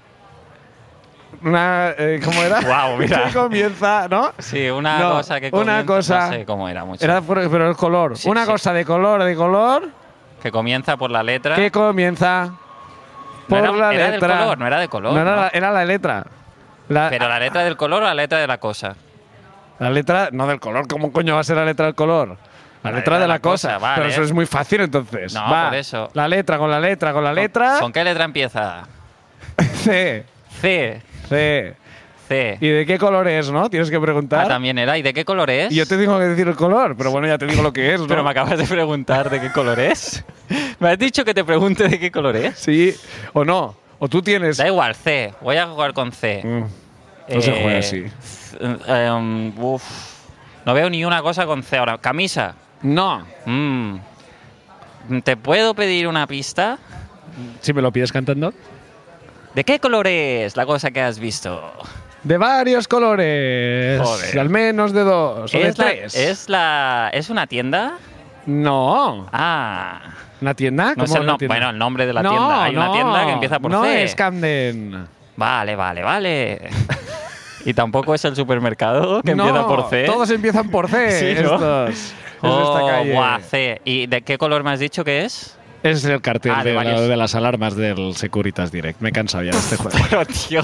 [SPEAKER 1] Una, eh, ¿Cómo era?
[SPEAKER 2] (laughs) Guau, mira.
[SPEAKER 1] Que comienza, ¿no?
[SPEAKER 2] Sí, una
[SPEAKER 1] No,
[SPEAKER 2] cosa que
[SPEAKER 1] una
[SPEAKER 2] comienza.
[SPEAKER 1] cosa-
[SPEAKER 2] No sé cómo era mucho.
[SPEAKER 1] Era por- pero el color.
[SPEAKER 2] Sí,
[SPEAKER 1] una
[SPEAKER 2] sí.
[SPEAKER 1] cosa de color, de color,
[SPEAKER 2] Que comienza por la letra.
[SPEAKER 1] que comienza
[SPEAKER 2] No
[SPEAKER 1] por
[SPEAKER 2] era,
[SPEAKER 1] la
[SPEAKER 2] era
[SPEAKER 1] letra.
[SPEAKER 2] del color, no era de color.
[SPEAKER 1] No, era,
[SPEAKER 2] ¿no?
[SPEAKER 1] La, era la letra. La,
[SPEAKER 2] Pero la letra del color o la letra de la cosa.
[SPEAKER 1] la letra, no del color. ¿Cómo coño va a ser la letra del color? La, letra de la cosa.
[SPEAKER 2] vale.
[SPEAKER 1] Pero eso es muy fácil entonces.
[SPEAKER 2] No,
[SPEAKER 1] Va,
[SPEAKER 2] por eso.
[SPEAKER 1] La letra con la letra con la letra.
[SPEAKER 2] ¿Con, con qué letra empieza?
[SPEAKER 1] (laughs) C.
[SPEAKER 2] C.
[SPEAKER 1] C.
[SPEAKER 2] C.
[SPEAKER 1] ¿Y de qué color es, no? Tienes que preguntar.
[SPEAKER 2] Ah, también era. ¿Y de qué color es?
[SPEAKER 1] Y yo te tengo que decir el color, pero bueno, ya te digo lo que es, ¿no?
[SPEAKER 2] Pero me acabas de preguntar de qué color es.
[SPEAKER 1] (laughs)
[SPEAKER 2] ¿Me has dicho que te pregunte de qué color es?
[SPEAKER 1] Sí, o no. O tú tienes.
[SPEAKER 2] Da igual, C. Voy a jugar con C.
[SPEAKER 1] Mm, Pues No se juega así.
[SPEAKER 2] f- eh, um, uf. No veo ni una cosa con C ahora. Camisa.
[SPEAKER 1] No.
[SPEAKER 2] Mm. ¿Te puedo pedir una pista?
[SPEAKER 1] Si me lo pides cantando.
[SPEAKER 2] ¿De qué color es la cosa que has visto?
[SPEAKER 1] De varios colores.
[SPEAKER 2] Joder.
[SPEAKER 1] Al menos de dos. O Pues de
[SPEAKER 2] ¿Es la,
[SPEAKER 1] tres.
[SPEAKER 2] es la- ¿Es una tienda?
[SPEAKER 1] No.
[SPEAKER 2] Ah.
[SPEAKER 1] ¿Una tienda?
[SPEAKER 2] No es
[SPEAKER 1] ¿Cómo
[SPEAKER 2] el
[SPEAKER 1] una
[SPEAKER 2] nom-
[SPEAKER 1] tienda?
[SPEAKER 2] bueno, el nombre de la tienda. Hay una tienda que empieza por
[SPEAKER 1] no
[SPEAKER 2] C.
[SPEAKER 1] es Camden.
[SPEAKER 2] Vale,
[SPEAKER 1] (laughs)
[SPEAKER 2] vale, vale. y tampoco es el supermercado que
[SPEAKER 1] no,
[SPEAKER 2] empieza por C.
[SPEAKER 1] Todos empiezan por C.
[SPEAKER 2] (laughs) Sí, ¿no?
[SPEAKER 1] estos. Es de
[SPEAKER 2] Oh,
[SPEAKER 1] esta calle.
[SPEAKER 2] buah, C. ¿Y de qué color me has dicho que es?
[SPEAKER 1] Es el cartel
[SPEAKER 2] Ah, de
[SPEAKER 1] de, la-
[SPEAKER 2] varios.
[SPEAKER 1] de las alarmas del Securitas Direct. Me he cansado ya de
[SPEAKER 2] (laughs)
[SPEAKER 1] este juego.
[SPEAKER 2] Pero, tío.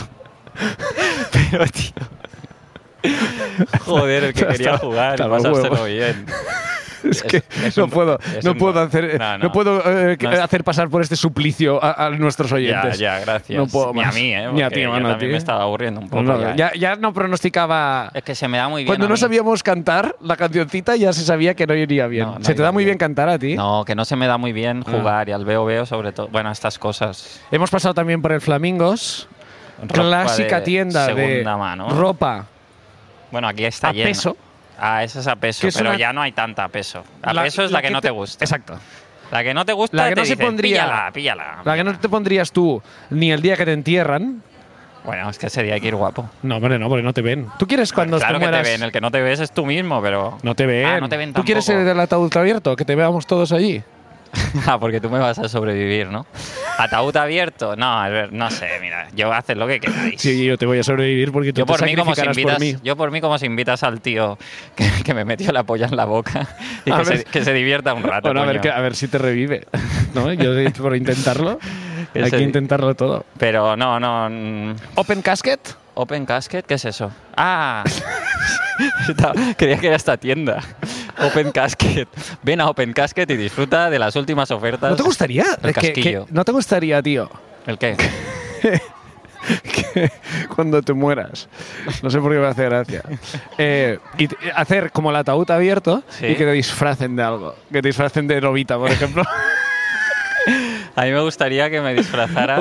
[SPEAKER 2] Pero, tío. Joder, el que quería
[SPEAKER 1] Hasta-
[SPEAKER 2] jugar,
[SPEAKER 1] hasta
[SPEAKER 2] y
[SPEAKER 1] los
[SPEAKER 2] pasárselo
[SPEAKER 1] huevos.
[SPEAKER 2] bien.
[SPEAKER 1] (laughs) Es que
[SPEAKER 2] es
[SPEAKER 1] no
[SPEAKER 2] un-
[SPEAKER 1] puedo,
[SPEAKER 2] es
[SPEAKER 1] no
[SPEAKER 2] un
[SPEAKER 1] puedo
[SPEAKER 2] no.
[SPEAKER 1] hacer,
[SPEAKER 2] No,
[SPEAKER 1] no,
[SPEAKER 2] no.
[SPEAKER 1] puedo eh, que-
[SPEAKER 2] No es-
[SPEAKER 1] hacer pasar por este suplicio a, a nuestros
[SPEAKER 2] Ya,
[SPEAKER 1] oyentes.
[SPEAKER 2] ya, gracias.
[SPEAKER 1] No puedo
[SPEAKER 2] Ni a
[SPEAKER 1] más.
[SPEAKER 2] mí, ¿eh?
[SPEAKER 1] Ni a
[SPEAKER 2] porque
[SPEAKER 1] ti,
[SPEAKER 2] yo
[SPEAKER 1] mano, a
[SPEAKER 2] también
[SPEAKER 1] ti.
[SPEAKER 2] me estaba aburriendo un poco.
[SPEAKER 1] No,
[SPEAKER 2] ya,
[SPEAKER 1] no,
[SPEAKER 2] ¿eh?
[SPEAKER 1] ya, ya no pronosticaba.
[SPEAKER 2] Es que se me da muy bien.
[SPEAKER 1] Cuando
[SPEAKER 2] a
[SPEAKER 1] no
[SPEAKER 2] mí.
[SPEAKER 1] sabíamos cantar la cancioncita, ya se sabía que no iría bien.
[SPEAKER 2] No, no
[SPEAKER 1] ¿Se te
[SPEAKER 2] iba
[SPEAKER 1] da muy
[SPEAKER 2] bien.
[SPEAKER 1] bien cantar a ti?
[SPEAKER 2] No, que no se me da muy
[SPEAKER 1] Ah.
[SPEAKER 2] bien jugar y al veo veo sobre todo. Bueno, estas cosas.
[SPEAKER 1] Hemos pasado también por el Flamingos,
[SPEAKER 2] Ropa
[SPEAKER 1] clásica
[SPEAKER 2] de
[SPEAKER 1] tienda de
[SPEAKER 2] segunda mano.
[SPEAKER 1] ropa
[SPEAKER 2] Bueno, aquí está
[SPEAKER 1] a
[SPEAKER 2] llena.
[SPEAKER 1] peso.
[SPEAKER 2] Ah, esa es a peso,
[SPEAKER 1] Que es
[SPEAKER 2] pero
[SPEAKER 1] una-
[SPEAKER 2] ya no hay tanta a peso. A peso es la, que, no te, gusta.
[SPEAKER 1] Exacto.
[SPEAKER 2] La que no te gusta
[SPEAKER 1] La que
[SPEAKER 2] te
[SPEAKER 1] no se
[SPEAKER 2] dicen,
[SPEAKER 1] pondría-
[SPEAKER 2] Píllala, píllala.
[SPEAKER 1] La que no te pondrías tú ni el día que te entierran.
[SPEAKER 2] Bueno, es que ese día hay que ir guapo.
[SPEAKER 1] No, hombre, no, porque no te ven. ¿Tú quieres cuando
[SPEAKER 2] claro
[SPEAKER 1] te
[SPEAKER 2] que
[SPEAKER 1] mueras?
[SPEAKER 2] te ven, el que no te ves es tú mismo, pero...
[SPEAKER 1] No te ven.
[SPEAKER 2] Ah, no te ven
[SPEAKER 1] ¿Tú quieres
[SPEAKER 2] tampoco.
[SPEAKER 1] el ataúd abierto? Que te veamos todos allí.
[SPEAKER 2] (laughs) Ah, porque tú me vas a sobrevivir, ¿no? Ataúd abierto. No, a ver, no sé, mira, yo hacer lo que queráis.
[SPEAKER 1] yo te voy a sobrevivir porque
[SPEAKER 2] Yo por, mí como si invitas, yo por mí como si invitas al tío que, que me metió la polla en la boca (laughs) y
[SPEAKER 1] A
[SPEAKER 2] que se,
[SPEAKER 1] ver.
[SPEAKER 2] que se divierta un rato.
[SPEAKER 1] Bueno, a ver,
[SPEAKER 2] coño.
[SPEAKER 1] que- a ver si te revive. (laughs) ¿No? Yo he dicho por
[SPEAKER 2] (laughs)
[SPEAKER 1] intentarlo.
[SPEAKER 2] Que
[SPEAKER 1] hay
[SPEAKER 2] se-
[SPEAKER 1] que intentarlo todo.
[SPEAKER 2] Pero no, no... mm,
[SPEAKER 1] Open Casket.
[SPEAKER 2] ¿Open Casket? ¿Qué es eso? ¡Ah! (laughs) Esta- Creía que era esta tienda. Open Casket. Ven a Open Casket y disfruta de las últimas ofertas.
[SPEAKER 1] ¿No te gustaría?
[SPEAKER 2] El
[SPEAKER 1] Es que- que-
[SPEAKER 2] casquillo.
[SPEAKER 1] no te gustaría, tío,
[SPEAKER 2] ¿El qué?
[SPEAKER 1] que (laughs) cuando te mueras. No sé por qué me hace
[SPEAKER 2] (laughs)
[SPEAKER 1] gracia. Eh, y t- hacer como el ataúd abierto
[SPEAKER 2] Sí.
[SPEAKER 1] y que te disfracen de algo. Que te disfracen de novita, por
[SPEAKER 2] (laughs)
[SPEAKER 1] ejemplo.
[SPEAKER 2] A mí me gustaría que me disfrazara.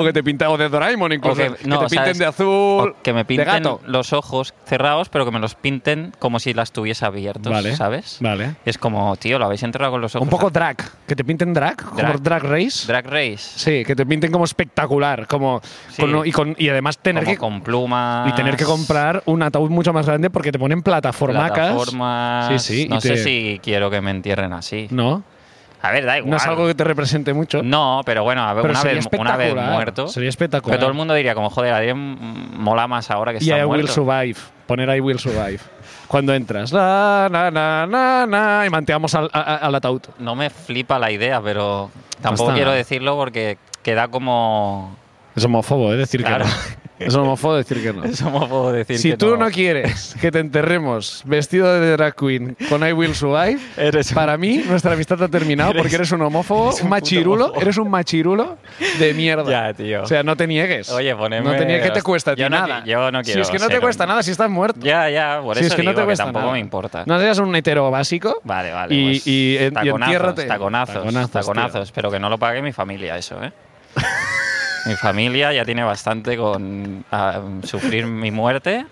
[SPEAKER 1] (laughs) o que te pinten o de Doraemon incluso.
[SPEAKER 2] o
[SPEAKER 1] que te pinten
[SPEAKER 2] ¿sabes?
[SPEAKER 1] de azul.
[SPEAKER 2] O que me pinten
[SPEAKER 1] de gato.
[SPEAKER 2] los ojos cerrados, pero que me los pinten como si las tuviese abiertos, ¿sabes?
[SPEAKER 1] Vale.
[SPEAKER 2] Es como, tío, lo habéis enterrado con los ojos.
[SPEAKER 1] Un poco drag. Que te pinten drag, como
[SPEAKER 2] Drag.
[SPEAKER 1] drag race.
[SPEAKER 2] Drag Race.
[SPEAKER 1] Sí, que te pinten como espectacular. Como
[SPEAKER 2] Sí.
[SPEAKER 1] con- y, con- y además tener
[SPEAKER 2] Como
[SPEAKER 1] que
[SPEAKER 2] con plumas.
[SPEAKER 1] Y tener que comprar un ataúd mucho más grande porque te ponen plataformacas.
[SPEAKER 2] plataformas.
[SPEAKER 1] Sí, sí, y
[SPEAKER 2] No sé
[SPEAKER 1] te-
[SPEAKER 2] si quiero que me entierren así.
[SPEAKER 1] No,
[SPEAKER 2] A ver, da igual.
[SPEAKER 1] no es algo que te represente mucho.
[SPEAKER 2] No, pero bueno, a ver,
[SPEAKER 1] Pero
[SPEAKER 2] una,
[SPEAKER 1] sería
[SPEAKER 2] vez, una vez
[SPEAKER 1] espectacular,
[SPEAKER 2] muerto.
[SPEAKER 1] sería espectacular.
[SPEAKER 2] Pero todo el mundo diría, como joder, Adrián mm, mola más ahora que
[SPEAKER 1] y
[SPEAKER 2] está
[SPEAKER 1] I will
[SPEAKER 2] muerto.
[SPEAKER 1] survive. Poner I will survive. Cuando entras. Na, na, na, na, na, y manteamos al, a- a- al ataúd.
[SPEAKER 2] No me flipa la idea, pero tampoco
[SPEAKER 1] está.
[SPEAKER 2] quiero decirlo porque queda como. (laughs)
[SPEAKER 1] Es homófobo, ¿eh? decir
[SPEAKER 2] Claro.
[SPEAKER 1] que no. Es homófobo decir
[SPEAKER 2] (laughs)
[SPEAKER 1] que no.
[SPEAKER 2] Eso no puedo decir.
[SPEAKER 1] Si
[SPEAKER 2] que
[SPEAKER 1] tú
[SPEAKER 2] no
[SPEAKER 1] no quieres que te enterremos vestido de drag queen con I Will Survive,
[SPEAKER 2] Eres un-
[SPEAKER 1] para mí nuestra amistad ha terminado porque eres un homófobo,
[SPEAKER 2] eres un
[SPEAKER 1] un machirulo,
[SPEAKER 2] puto homófobo.
[SPEAKER 1] eres un machirulo de mierda.
[SPEAKER 2] Ya, tío.
[SPEAKER 1] O sea, no te niegues.
[SPEAKER 2] Oye, poneme-
[SPEAKER 1] No te niegues, ¿qué te cuesta a ti
[SPEAKER 2] Yo no qui-
[SPEAKER 1] nada?
[SPEAKER 2] yo no
[SPEAKER 1] Si
[SPEAKER 2] quiero
[SPEAKER 1] es que no
[SPEAKER 2] ser
[SPEAKER 1] te cuesta
[SPEAKER 2] un-
[SPEAKER 1] nada, si estás muerto.
[SPEAKER 2] Ya, ya, por
[SPEAKER 1] si
[SPEAKER 2] eso
[SPEAKER 1] es que
[SPEAKER 2] digo
[SPEAKER 1] no te
[SPEAKER 2] que
[SPEAKER 1] cuesta
[SPEAKER 2] tampoco
[SPEAKER 1] nada.
[SPEAKER 2] me importa.
[SPEAKER 1] No seas un hetero básico.
[SPEAKER 2] Vale, vale.
[SPEAKER 1] Y,
[SPEAKER 2] pues,
[SPEAKER 1] y en- y
[SPEAKER 2] taconazos,
[SPEAKER 1] entiérrate.
[SPEAKER 2] Taconazos, taconazos,
[SPEAKER 1] tío. (laughs)
[SPEAKER 2] pero que no lo pague mi familia, eso, ¿eh? Mi familia ya tiene bastante con ah, sufrir mi muerte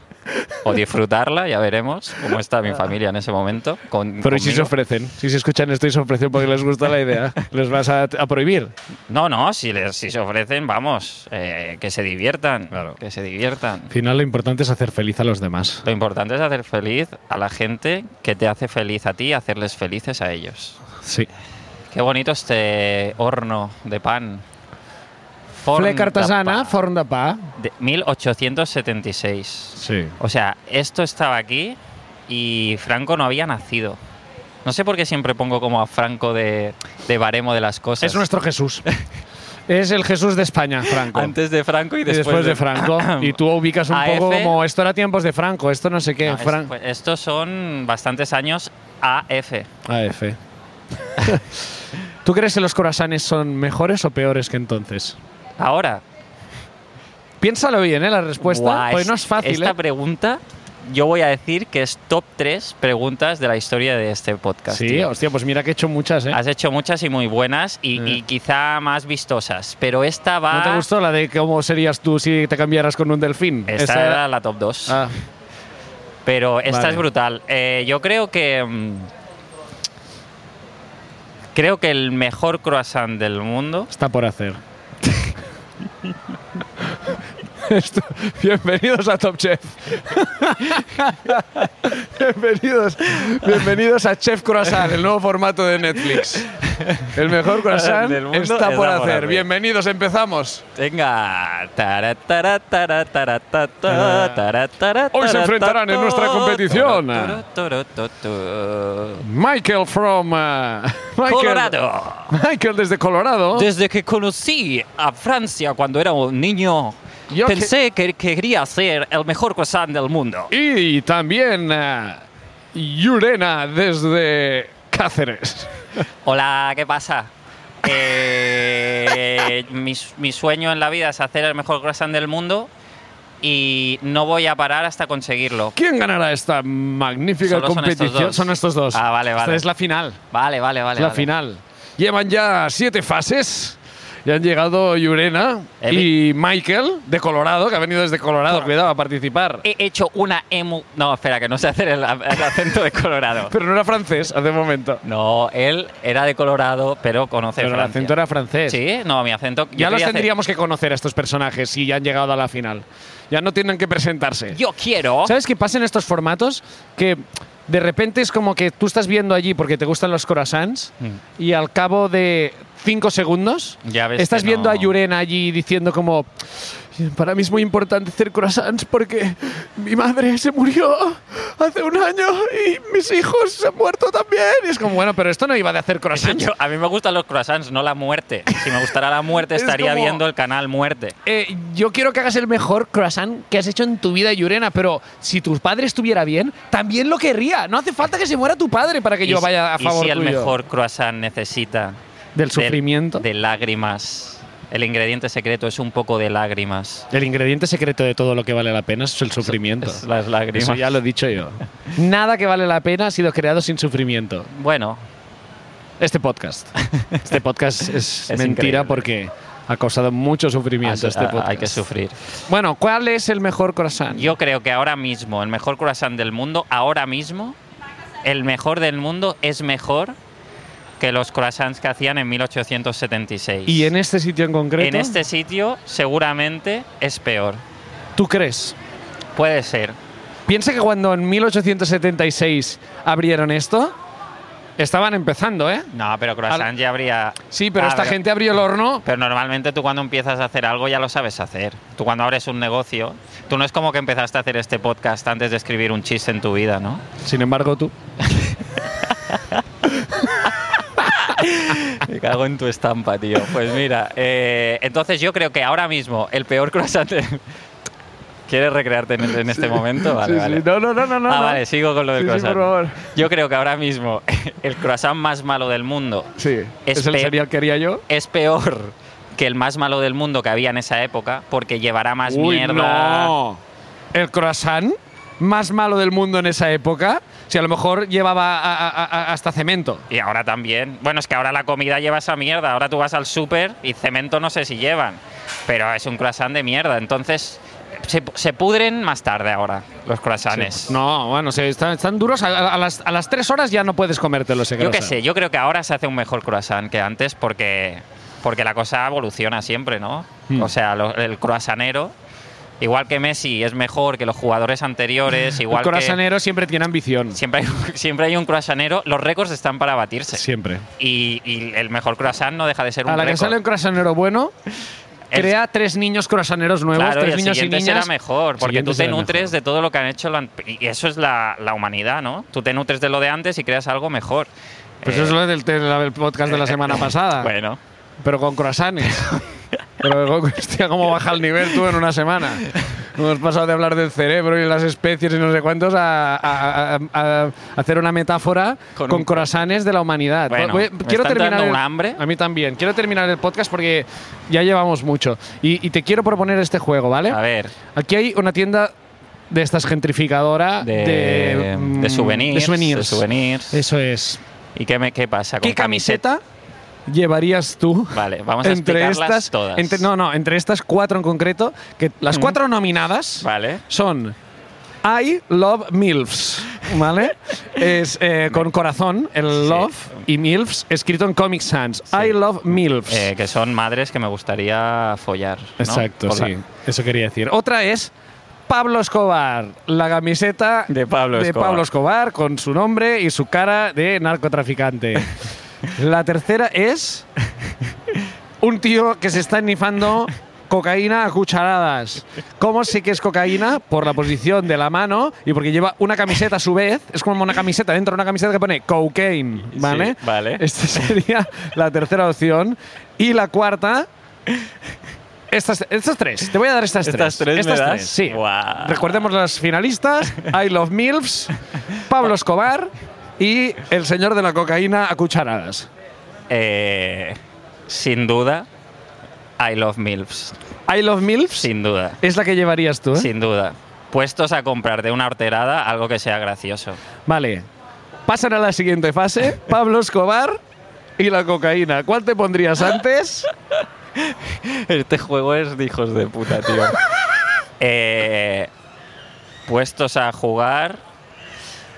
[SPEAKER 2] o disfrutarla, ya veremos cómo está mi familia en ese momento. Con,
[SPEAKER 1] Pero ¿y si se
[SPEAKER 2] conmigo.
[SPEAKER 1] ofrecen, si se escuchan esto y se ofrecen porque les gusta la
[SPEAKER 2] (laughs)
[SPEAKER 1] idea, ¿les vas a, a prohibir?
[SPEAKER 2] No, no, si, les, si se ofrecen, vamos, eh, que se diviertan, que se diviertan.
[SPEAKER 1] Al final lo importante es hacer feliz a los demás.
[SPEAKER 2] Lo importante es hacer feliz a la gente que te hace feliz a ti y hacerles felices a ellos.
[SPEAKER 1] Sí.
[SPEAKER 2] Qué bonito este horno de pan. Forn
[SPEAKER 1] Fleca artesana,
[SPEAKER 2] de pan.
[SPEAKER 1] forn de pa.
[SPEAKER 2] De 1876.
[SPEAKER 1] Sí.
[SPEAKER 2] O sea, esto estaba aquí y Franco no había nacido. No sé por qué siempre pongo como a Franco de, de baremo de las cosas.
[SPEAKER 1] Es nuestro
[SPEAKER 2] (laughs)
[SPEAKER 1] Jesús. es el Jesús de España, Franco.
[SPEAKER 2] Antes de Franco y
[SPEAKER 1] y después, de Franco.
[SPEAKER 2] (coughs)
[SPEAKER 1] y tú eh, ubicas un
[SPEAKER 2] AF.
[SPEAKER 1] poco como esto era tiempos de Franco, esto no sé qué.
[SPEAKER 2] No, es-
[SPEAKER 1] Fran-
[SPEAKER 2] pues estos son bastantes años AF.
[SPEAKER 1] AF. (laughs) ¿Tú crees que los corazones son mejores o peores que entonces?
[SPEAKER 2] Ahora,
[SPEAKER 1] Piénsalo bien, ¿eh? La respuesta.
[SPEAKER 2] Guau,
[SPEAKER 1] pues no
[SPEAKER 2] es-
[SPEAKER 1] es fácil.
[SPEAKER 2] Esta
[SPEAKER 1] ¿eh?
[SPEAKER 2] pregunta, yo voy a decir que es top 3 preguntas de la historia de este podcast.
[SPEAKER 1] Sí,
[SPEAKER 2] tío.
[SPEAKER 1] hostia, pues mira que he hecho muchas, ¿eh?
[SPEAKER 2] Has hecho muchas y muy buenas y,
[SPEAKER 1] Eh.
[SPEAKER 2] y quizá más vistosas, pero esta va.
[SPEAKER 1] ¿No te gustó la de cómo serías tú si te cambiaras con un delfín?
[SPEAKER 2] Esta
[SPEAKER 1] Esa
[SPEAKER 2] era la top 2.
[SPEAKER 1] Ah,
[SPEAKER 2] Pero esta
[SPEAKER 1] Vale.
[SPEAKER 2] es brutal. Eh, yo creo que. mm, Creo que el mejor croissant del mundo.
[SPEAKER 1] está por hacer. (laughs) Esto- bienvenidos a Top Chef. (laughs) bienvenidos, bienvenidos a Chef Croissant, el nuevo formato de Netflix. El mejor croissant
[SPEAKER 2] Del mundo
[SPEAKER 1] está por
[SPEAKER 2] está por
[SPEAKER 1] hacer.
[SPEAKER 2] hacer.
[SPEAKER 1] Bienvenidos, empezamos.
[SPEAKER 2] Venga. Tara, tara, tara, tara, ta, ta, tara, tara,
[SPEAKER 1] Eh, Hoy se
[SPEAKER 2] tara,
[SPEAKER 1] enfrentarán
[SPEAKER 2] ta,
[SPEAKER 1] en nuestra
[SPEAKER 2] to,
[SPEAKER 1] competición.
[SPEAKER 2] toro, toro, to, to.
[SPEAKER 1] Michael from uh, (laughs) Michael-
[SPEAKER 2] Colorado.
[SPEAKER 1] Michael desde Colorado.
[SPEAKER 2] Desde que conocí a Francia cuando era un niño,
[SPEAKER 1] Yo que-
[SPEAKER 2] pensé que... quería ser el mejor croissant del mundo.
[SPEAKER 1] Y también a Yurena desde Cáceres.
[SPEAKER 2] Hola, ¿qué pasa?
[SPEAKER 1] (laughs)
[SPEAKER 2] Eh, mi, s- mi sueño en la vida es hacer el mejor croissant del mundo y no voy a parar hasta conseguirlo.
[SPEAKER 1] ¿Quién ganará esta magnífica
[SPEAKER 2] Solo son estos
[SPEAKER 1] competición?
[SPEAKER 2] dos.
[SPEAKER 1] Son estos dos.
[SPEAKER 2] Ah, vale,
[SPEAKER 1] Esta
[SPEAKER 2] vale.
[SPEAKER 1] es la final.
[SPEAKER 2] Vale, vale, vale.
[SPEAKER 1] es la
[SPEAKER 2] vale.
[SPEAKER 1] final. Llevan ya siete fases. Ya han llegado Yurena
[SPEAKER 2] Evi-
[SPEAKER 1] y Michael de Colorado, que ha venido desde Colorado, cuidado, a participar.
[SPEAKER 2] He hecho una emu... No, espera, que no sé hacer el, el acento de Colorado.
[SPEAKER 1] (laughs) Pero no era francés hace un momento.
[SPEAKER 2] No, él era de Colorado, pero conoce
[SPEAKER 1] Pero el
[SPEAKER 2] Francia.
[SPEAKER 1] acento era francés.
[SPEAKER 2] Sí, no, mi acento... yo
[SPEAKER 1] Ya los
[SPEAKER 2] quería hacer-
[SPEAKER 1] tendríamos que conocer a estos personajes si ya han llegado a la final. Ya no tienen que presentarse.
[SPEAKER 2] Yo quiero...
[SPEAKER 1] ¿Sabes qué pasa en estos formatos? Que de repente es como que tú estás viendo allí porque te gustan los croissants
[SPEAKER 2] Mm.
[SPEAKER 1] y al cabo de cinco segundos
[SPEAKER 2] Ya ves
[SPEAKER 1] estás
[SPEAKER 2] que
[SPEAKER 1] viendo
[SPEAKER 2] no.
[SPEAKER 1] a Yurena allí diciendo como para mí es muy importante hacer croissants porque mi madre se murió hace un año y mis hijos se han muerto también. Y es como, bueno, pero esto no iba de hacer croissants.
[SPEAKER 2] Yo- a mí me gustan los croissants, no la muerte. Si me gustara la muerte,
[SPEAKER 1] (laughs) Es
[SPEAKER 2] estaría
[SPEAKER 1] como-
[SPEAKER 2] viendo el canal Muerte.
[SPEAKER 1] Eh, yo quiero que hagas el mejor croissant que has hecho en tu vida, Yurena, pero si tu padre estuviera bien, también lo querría. No hace falta que se muera tu padre para que
[SPEAKER 2] Y
[SPEAKER 1] yo
[SPEAKER 2] si-
[SPEAKER 1] vaya a favor
[SPEAKER 2] Y si el
[SPEAKER 1] tuyo.
[SPEAKER 2] mejor croissant necesita
[SPEAKER 1] del sufrimiento.
[SPEAKER 2] de lágrimas. El ingrediente secreto es un poco de lágrimas.
[SPEAKER 1] el ingrediente secreto de todo lo que vale la pena es el sufrimiento.
[SPEAKER 2] Es las lágrimas.
[SPEAKER 1] Eso ya lo he dicho yo. (laughs) Nada que vale la pena ha sido creado sin sufrimiento.
[SPEAKER 2] Bueno,
[SPEAKER 1] Este
[SPEAKER 2] (laughs)
[SPEAKER 1] podcast. Este podcast es,
[SPEAKER 2] Es
[SPEAKER 1] mentira
[SPEAKER 2] increíble.
[SPEAKER 1] porque ha causado mucho sufrimiento.
[SPEAKER 2] hay-
[SPEAKER 1] este
[SPEAKER 2] a-
[SPEAKER 1] podcast.
[SPEAKER 2] hay que sufrir.
[SPEAKER 1] Bueno, ¿cuál es el mejor croissant?
[SPEAKER 2] Yo creo que ahora mismo, el mejor croissant del mundo, ahora mismo, el mejor del mundo es mejor que los croissants que hacían en 1876.
[SPEAKER 1] y en este sitio en concreto,
[SPEAKER 2] en este sitio seguramente es peor.
[SPEAKER 1] ¿tú crees?
[SPEAKER 2] Puede ser.
[SPEAKER 1] Piensa que cuando en 1876 abrieron esto, estaban empezando, ¿eh?
[SPEAKER 2] No, pero croissant
[SPEAKER 1] Al-
[SPEAKER 2] ya habría.
[SPEAKER 1] Sí, pero
[SPEAKER 2] Ah,
[SPEAKER 1] esta gente abrió el horno.
[SPEAKER 2] Pero normalmente tú cuando empiezas a hacer algo ya lo sabes hacer. Tú cuando abres un negocio, tú no es como que empezaste a hacer este podcast antes de escribir un chiste en tu vida, ¿no?
[SPEAKER 1] Sin embargo, tú.
[SPEAKER 2] (laughs) Me cago en tu estampa, tío. Pues mira, eh, entonces yo creo que ahora mismo el peor croissant... de- (laughs) ¿Quieres recrearte en, en este momento? Vale,
[SPEAKER 1] Sí, sí.
[SPEAKER 2] vale.
[SPEAKER 1] No, no, no, no, no.
[SPEAKER 2] ah,
[SPEAKER 1] no.
[SPEAKER 2] vale, sigo con lo del
[SPEAKER 1] Sí, sí,
[SPEAKER 2] croissant.
[SPEAKER 1] por favor.
[SPEAKER 2] Yo creo que ahora mismo (laughs) el croissant más malo del mundo
[SPEAKER 1] Sí,
[SPEAKER 2] Es
[SPEAKER 1] es, el
[SPEAKER 2] pe-
[SPEAKER 1] cereal que haría yo.
[SPEAKER 2] es peor que el más malo del mundo que había en esa época porque llevará más
[SPEAKER 1] Uy,
[SPEAKER 2] mierda.
[SPEAKER 1] no. El croissant más malo del mundo en esa época. Si a lo mejor llevaba a- a- a- a- hasta cemento.
[SPEAKER 2] Y ahora también. Bueno, es que ahora la comida lleva esa mierda. Ahora tú vas al súper y cemento no sé si llevan. Pero es un croissant de mierda, entonces se, se pudren más tarde ahora los croissants.
[SPEAKER 1] No, bueno, si están, están duros. A, a las, a las tres horas ya no puedes comértelo, ese
[SPEAKER 2] Yo qué
[SPEAKER 1] croissant.
[SPEAKER 2] sé, yo creo que ahora se hace un mejor croissant que antes porque, porque la cosa evoluciona siempre, ¿no?
[SPEAKER 1] Hmm.
[SPEAKER 2] O sea, lo- el croissanero, igual que Messi es mejor que los jugadores anteriores,
[SPEAKER 1] (laughs)
[SPEAKER 2] igual
[SPEAKER 1] El corazonero siempre tiene ambición.
[SPEAKER 2] que siempre hay, siempre hay un (laughs) croissanero, los récords están para batirse.
[SPEAKER 1] Siempre.
[SPEAKER 2] Y, y el mejor croissant no deja de ser un
[SPEAKER 1] A la que
[SPEAKER 2] récord.
[SPEAKER 1] sale un croissantero bueno,
[SPEAKER 2] El-
[SPEAKER 1] crea tres niños croissaneros nuevos,
[SPEAKER 2] Claro, y
[SPEAKER 1] tres
[SPEAKER 2] el
[SPEAKER 1] niños y
[SPEAKER 2] siguiente
[SPEAKER 1] niñas.
[SPEAKER 2] será mejor, porque
[SPEAKER 1] Siguiente
[SPEAKER 2] tú te
[SPEAKER 1] será
[SPEAKER 2] nutres
[SPEAKER 1] mejor.
[SPEAKER 2] de todo lo que han hecho, lo an- y eso es la, la humanidad, ¿no? Tú te nutres de lo de antes y creas algo mejor.
[SPEAKER 1] Pues
[SPEAKER 2] Eh,
[SPEAKER 1] eso es lo del, del- del podcast de la semana pasada.
[SPEAKER 2] Bueno.
[SPEAKER 1] Pero con
[SPEAKER 2] (laughs)
[SPEAKER 1] croissants. Pero con- hostia, cómo baja el nivel tú en una semana. Hemos pasado de hablar del cerebro y las especies y no sé cuántos a, a- a- a- a hacer una metáfora con,
[SPEAKER 2] Con un-
[SPEAKER 1] croissants de la humanidad.
[SPEAKER 2] Bueno,
[SPEAKER 1] Voy-
[SPEAKER 2] me están dando un hambre.
[SPEAKER 1] A mí también. Quiero terminar el podcast porque ya llevamos mucho. Y, y te quiero proponer este juego, ¿vale?
[SPEAKER 2] A ver,
[SPEAKER 1] Aquí hay una tienda de estas gentrificadora
[SPEAKER 2] de,
[SPEAKER 1] de, mm,
[SPEAKER 2] de souvenirs.
[SPEAKER 1] de souvenirs.
[SPEAKER 2] de souvenirs.
[SPEAKER 1] Eso es.
[SPEAKER 2] ¿Y qué, me, qué pasa? ¿Con
[SPEAKER 1] ¿Qué camiseta llevarías tú?
[SPEAKER 2] Vale, vamos a explicarlas todas.
[SPEAKER 1] entre- no, no, entre estas cuatro en concreto, que las
[SPEAKER 2] Ujú.
[SPEAKER 1] cuatro nominadas
[SPEAKER 2] Vale.
[SPEAKER 1] son I Love MILFs,
[SPEAKER 2] (laughs)
[SPEAKER 1] ¿vale? es eh, con corazón, el
[SPEAKER 2] Sí.
[SPEAKER 1] love y MILFs, escrito en Comic Sans. I Love MILFs.
[SPEAKER 2] Eh, que son madres que me gustaría follar. ¿no?
[SPEAKER 1] Exacto,
[SPEAKER 2] Por la-
[SPEAKER 1] sí. Eso quería decir. Otra es Pablo Escobar, la camiseta
[SPEAKER 2] De Pablo Escobar.
[SPEAKER 1] Pablo Escobar con su nombre y su cara de
[SPEAKER 2] (laughs)
[SPEAKER 1] narcotraficante. la tercera es un tío que se está nifando cocaína a cucharadas. ¿Cómo sé que es cocaína? Por la posición de la mano y porque lleva una camiseta a su vez. Es como una camiseta dentro de una camiseta que pone cocaine, ¿vale?
[SPEAKER 2] Sí, vale.
[SPEAKER 1] Esta sería la tercera opción. Y la cuarta. Estas, estas tres. Te voy a dar estas tres.
[SPEAKER 2] ¿Estas tres me
[SPEAKER 1] Estas
[SPEAKER 2] das?
[SPEAKER 1] tres, sí.
[SPEAKER 2] Guau.
[SPEAKER 1] Recordemos las finalistas. I Love Milfs, Pablo Escobar y el señor de la cocaína a cucharadas.
[SPEAKER 2] Eh, sin duda, I love MILFs.
[SPEAKER 1] I Love Milfs
[SPEAKER 2] Sin duda.
[SPEAKER 1] es la que llevarías tú. ¿eh?
[SPEAKER 2] Sin duda. Puestos a comprar de una horterada algo que sea gracioso.
[SPEAKER 1] Vale. Pasan a la siguiente fase. Pablo Escobar y la cocaína. ¿Cuál te pondrías antes?
[SPEAKER 2] Este juego es de hijos de puta, tío. Eh, puestos a jugar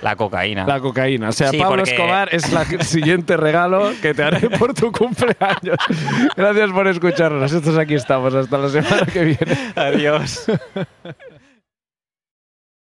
[SPEAKER 2] la cocaína.
[SPEAKER 1] La cocaína. O sea,
[SPEAKER 2] Sí,
[SPEAKER 1] Pablo
[SPEAKER 2] porque-
[SPEAKER 1] Escobar es el siguiente regalo que te haré por tu cumpleaños. Gracias por escucharnos. Estos aquí estamos. Hasta la semana que viene.
[SPEAKER 2] Adiós.